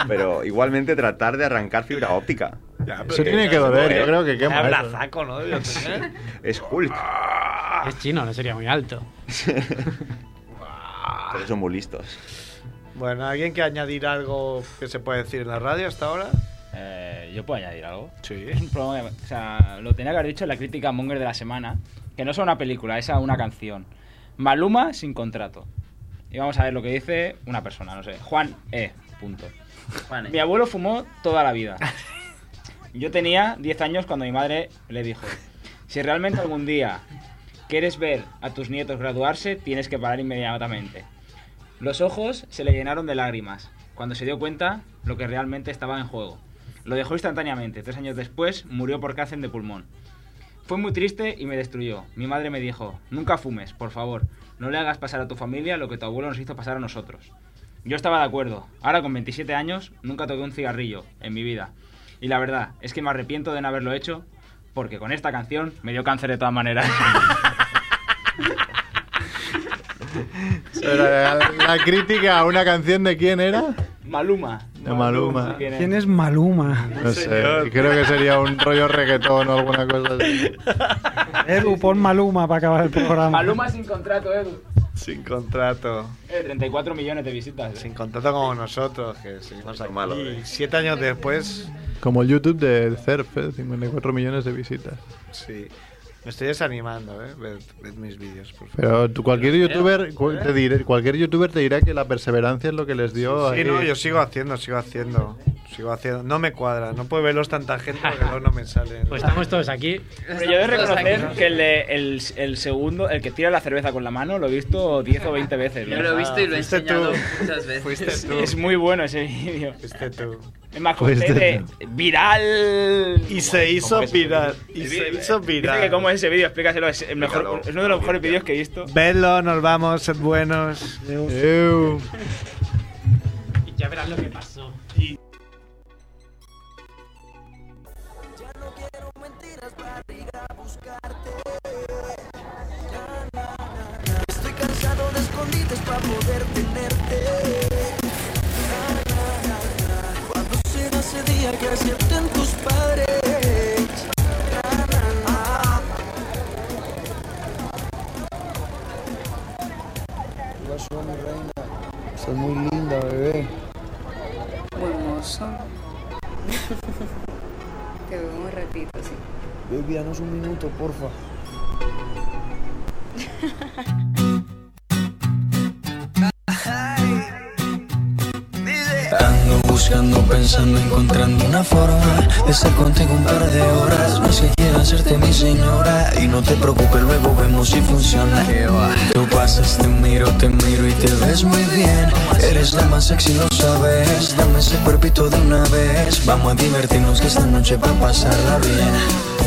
Pero igualmente tratar de arrancar fibra óptica.
pero Eso tiene que doler, yo creo que quema ¿eh?
Es
eso.
Saco, ¿no?
Es Hulk. Ah.
Es chino, no sería muy alto.
Pero son muy listos.
Bueno, ¿alguien que añadir algo que se puede decir en la radio hasta ahora?
Eh, ¿Yo puedo añadir algo?
Sí.
o sea, lo tenía que haber dicho en la crítica Monger de la semana, que no es a una película, es a una canción. Maluma sin contrato. Y vamos a ver lo que dice una persona, no sé. Juan E. Punto.
¿eh?
Mi abuelo fumó toda la vida. Yo tenía 10 años cuando mi madre le dijo, si realmente algún día quieres ver a tus nietos graduarse, tienes que parar inmediatamente. Los ojos se le llenaron de lágrimas cuando se dio cuenta lo que realmente estaba en juego. Lo dejó instantáneamente. Tres años después murió por cáncer de pulmón. Fue muy triste y me destruyó. Mi madre me dijo, nunca fumes, por favor. No le hagas pasar a tu familia lo que tu abuelo nos hizo pasar a nosotros. Yo estaba de acuerdo. Ahora con 27 años nunca toqué un cigarrillo en mi vida. Y la verdad es que me arrepiento de no haberlo hecho porque con esta canción me dio cáncer de todas maneras.
Pero la, la crítica a una canción de quién era?
Maluma.
De Maluma.
¿Quién es Maluma?
No sé. Creo que sería un rollo reggaetón o alguna cosa así.
Edu, pon Maluma para acabar el programa.
Maluma sin contrato, Edu.
Sin contrato.
Eh, 34 millones de visitas. eh.
Sin contrato como nosotros, que seguimos aquí. siete años después,
Como el YouTube de Cerf, ¿eh? 54 millones de visitas.
sí. Me estoy desanimando, ¿eh? Ved, ved mis vídeos, por favor.
Pero tú- cualquier
eh,
youtuber, cu- te diré- cualquier youtuber te dirá que la perseverancia es lo que les dio.
Sí,
ahí.
no, yo sigo haciendo, sigo haciendo. Sigo haciendo. No me cuadra, no puedo verlos tanta gente porque luego no me salen.
Pues estamos todos aquí.
Pero yo he de reconocer que el, de- el, el segundo, el que tira la cerveza con la mano, lo he visto 10 o 20 veces.
Yo lo he visto y lo he Fuiste tú. enseñado
muchas veces.
Fuiste tú.
Es muy bueno ese vídeo.
Fuiste tú.
Es más,
Pues,
como
Fuiste
de viral.
Y se hizo
¿Cómo es?
viral. Y se hizo
Dice que
viral.
cómo es ese vídeo, explícaselo. Es, el mejor, es uno de los mejores vídeos que he visto.
Vedlo, nos vamos, sed buenos.
Y ya verás lo que pasó.
Estoy cansado de escondites para poder tenerte. Cuando será ese día que acepten tus padres.
Soy muy linda, bebé.
Muy hermoso. Te veo un ratito, sí.
Baby, danos un minuto, porfa.
Ando buscando, pensando, encontrando una forma de estar contigo un par de horas. No sé quiero hacerte mi señora y no te preocupes, luego vemos si funciona. Tú pasas, te miro, te miro y te ves muy bien. Eres la más sexy, lo sabes. Dame ese cuerpito de una vez. Vamos a divertirnos que esta noche va a pasarla bien.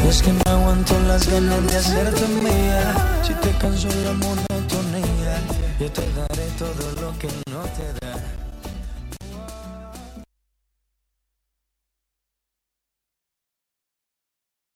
Y es que no aguanto las ganas de hacerte mía. Si te canso de la monotonía, yo te daré todo lo que no te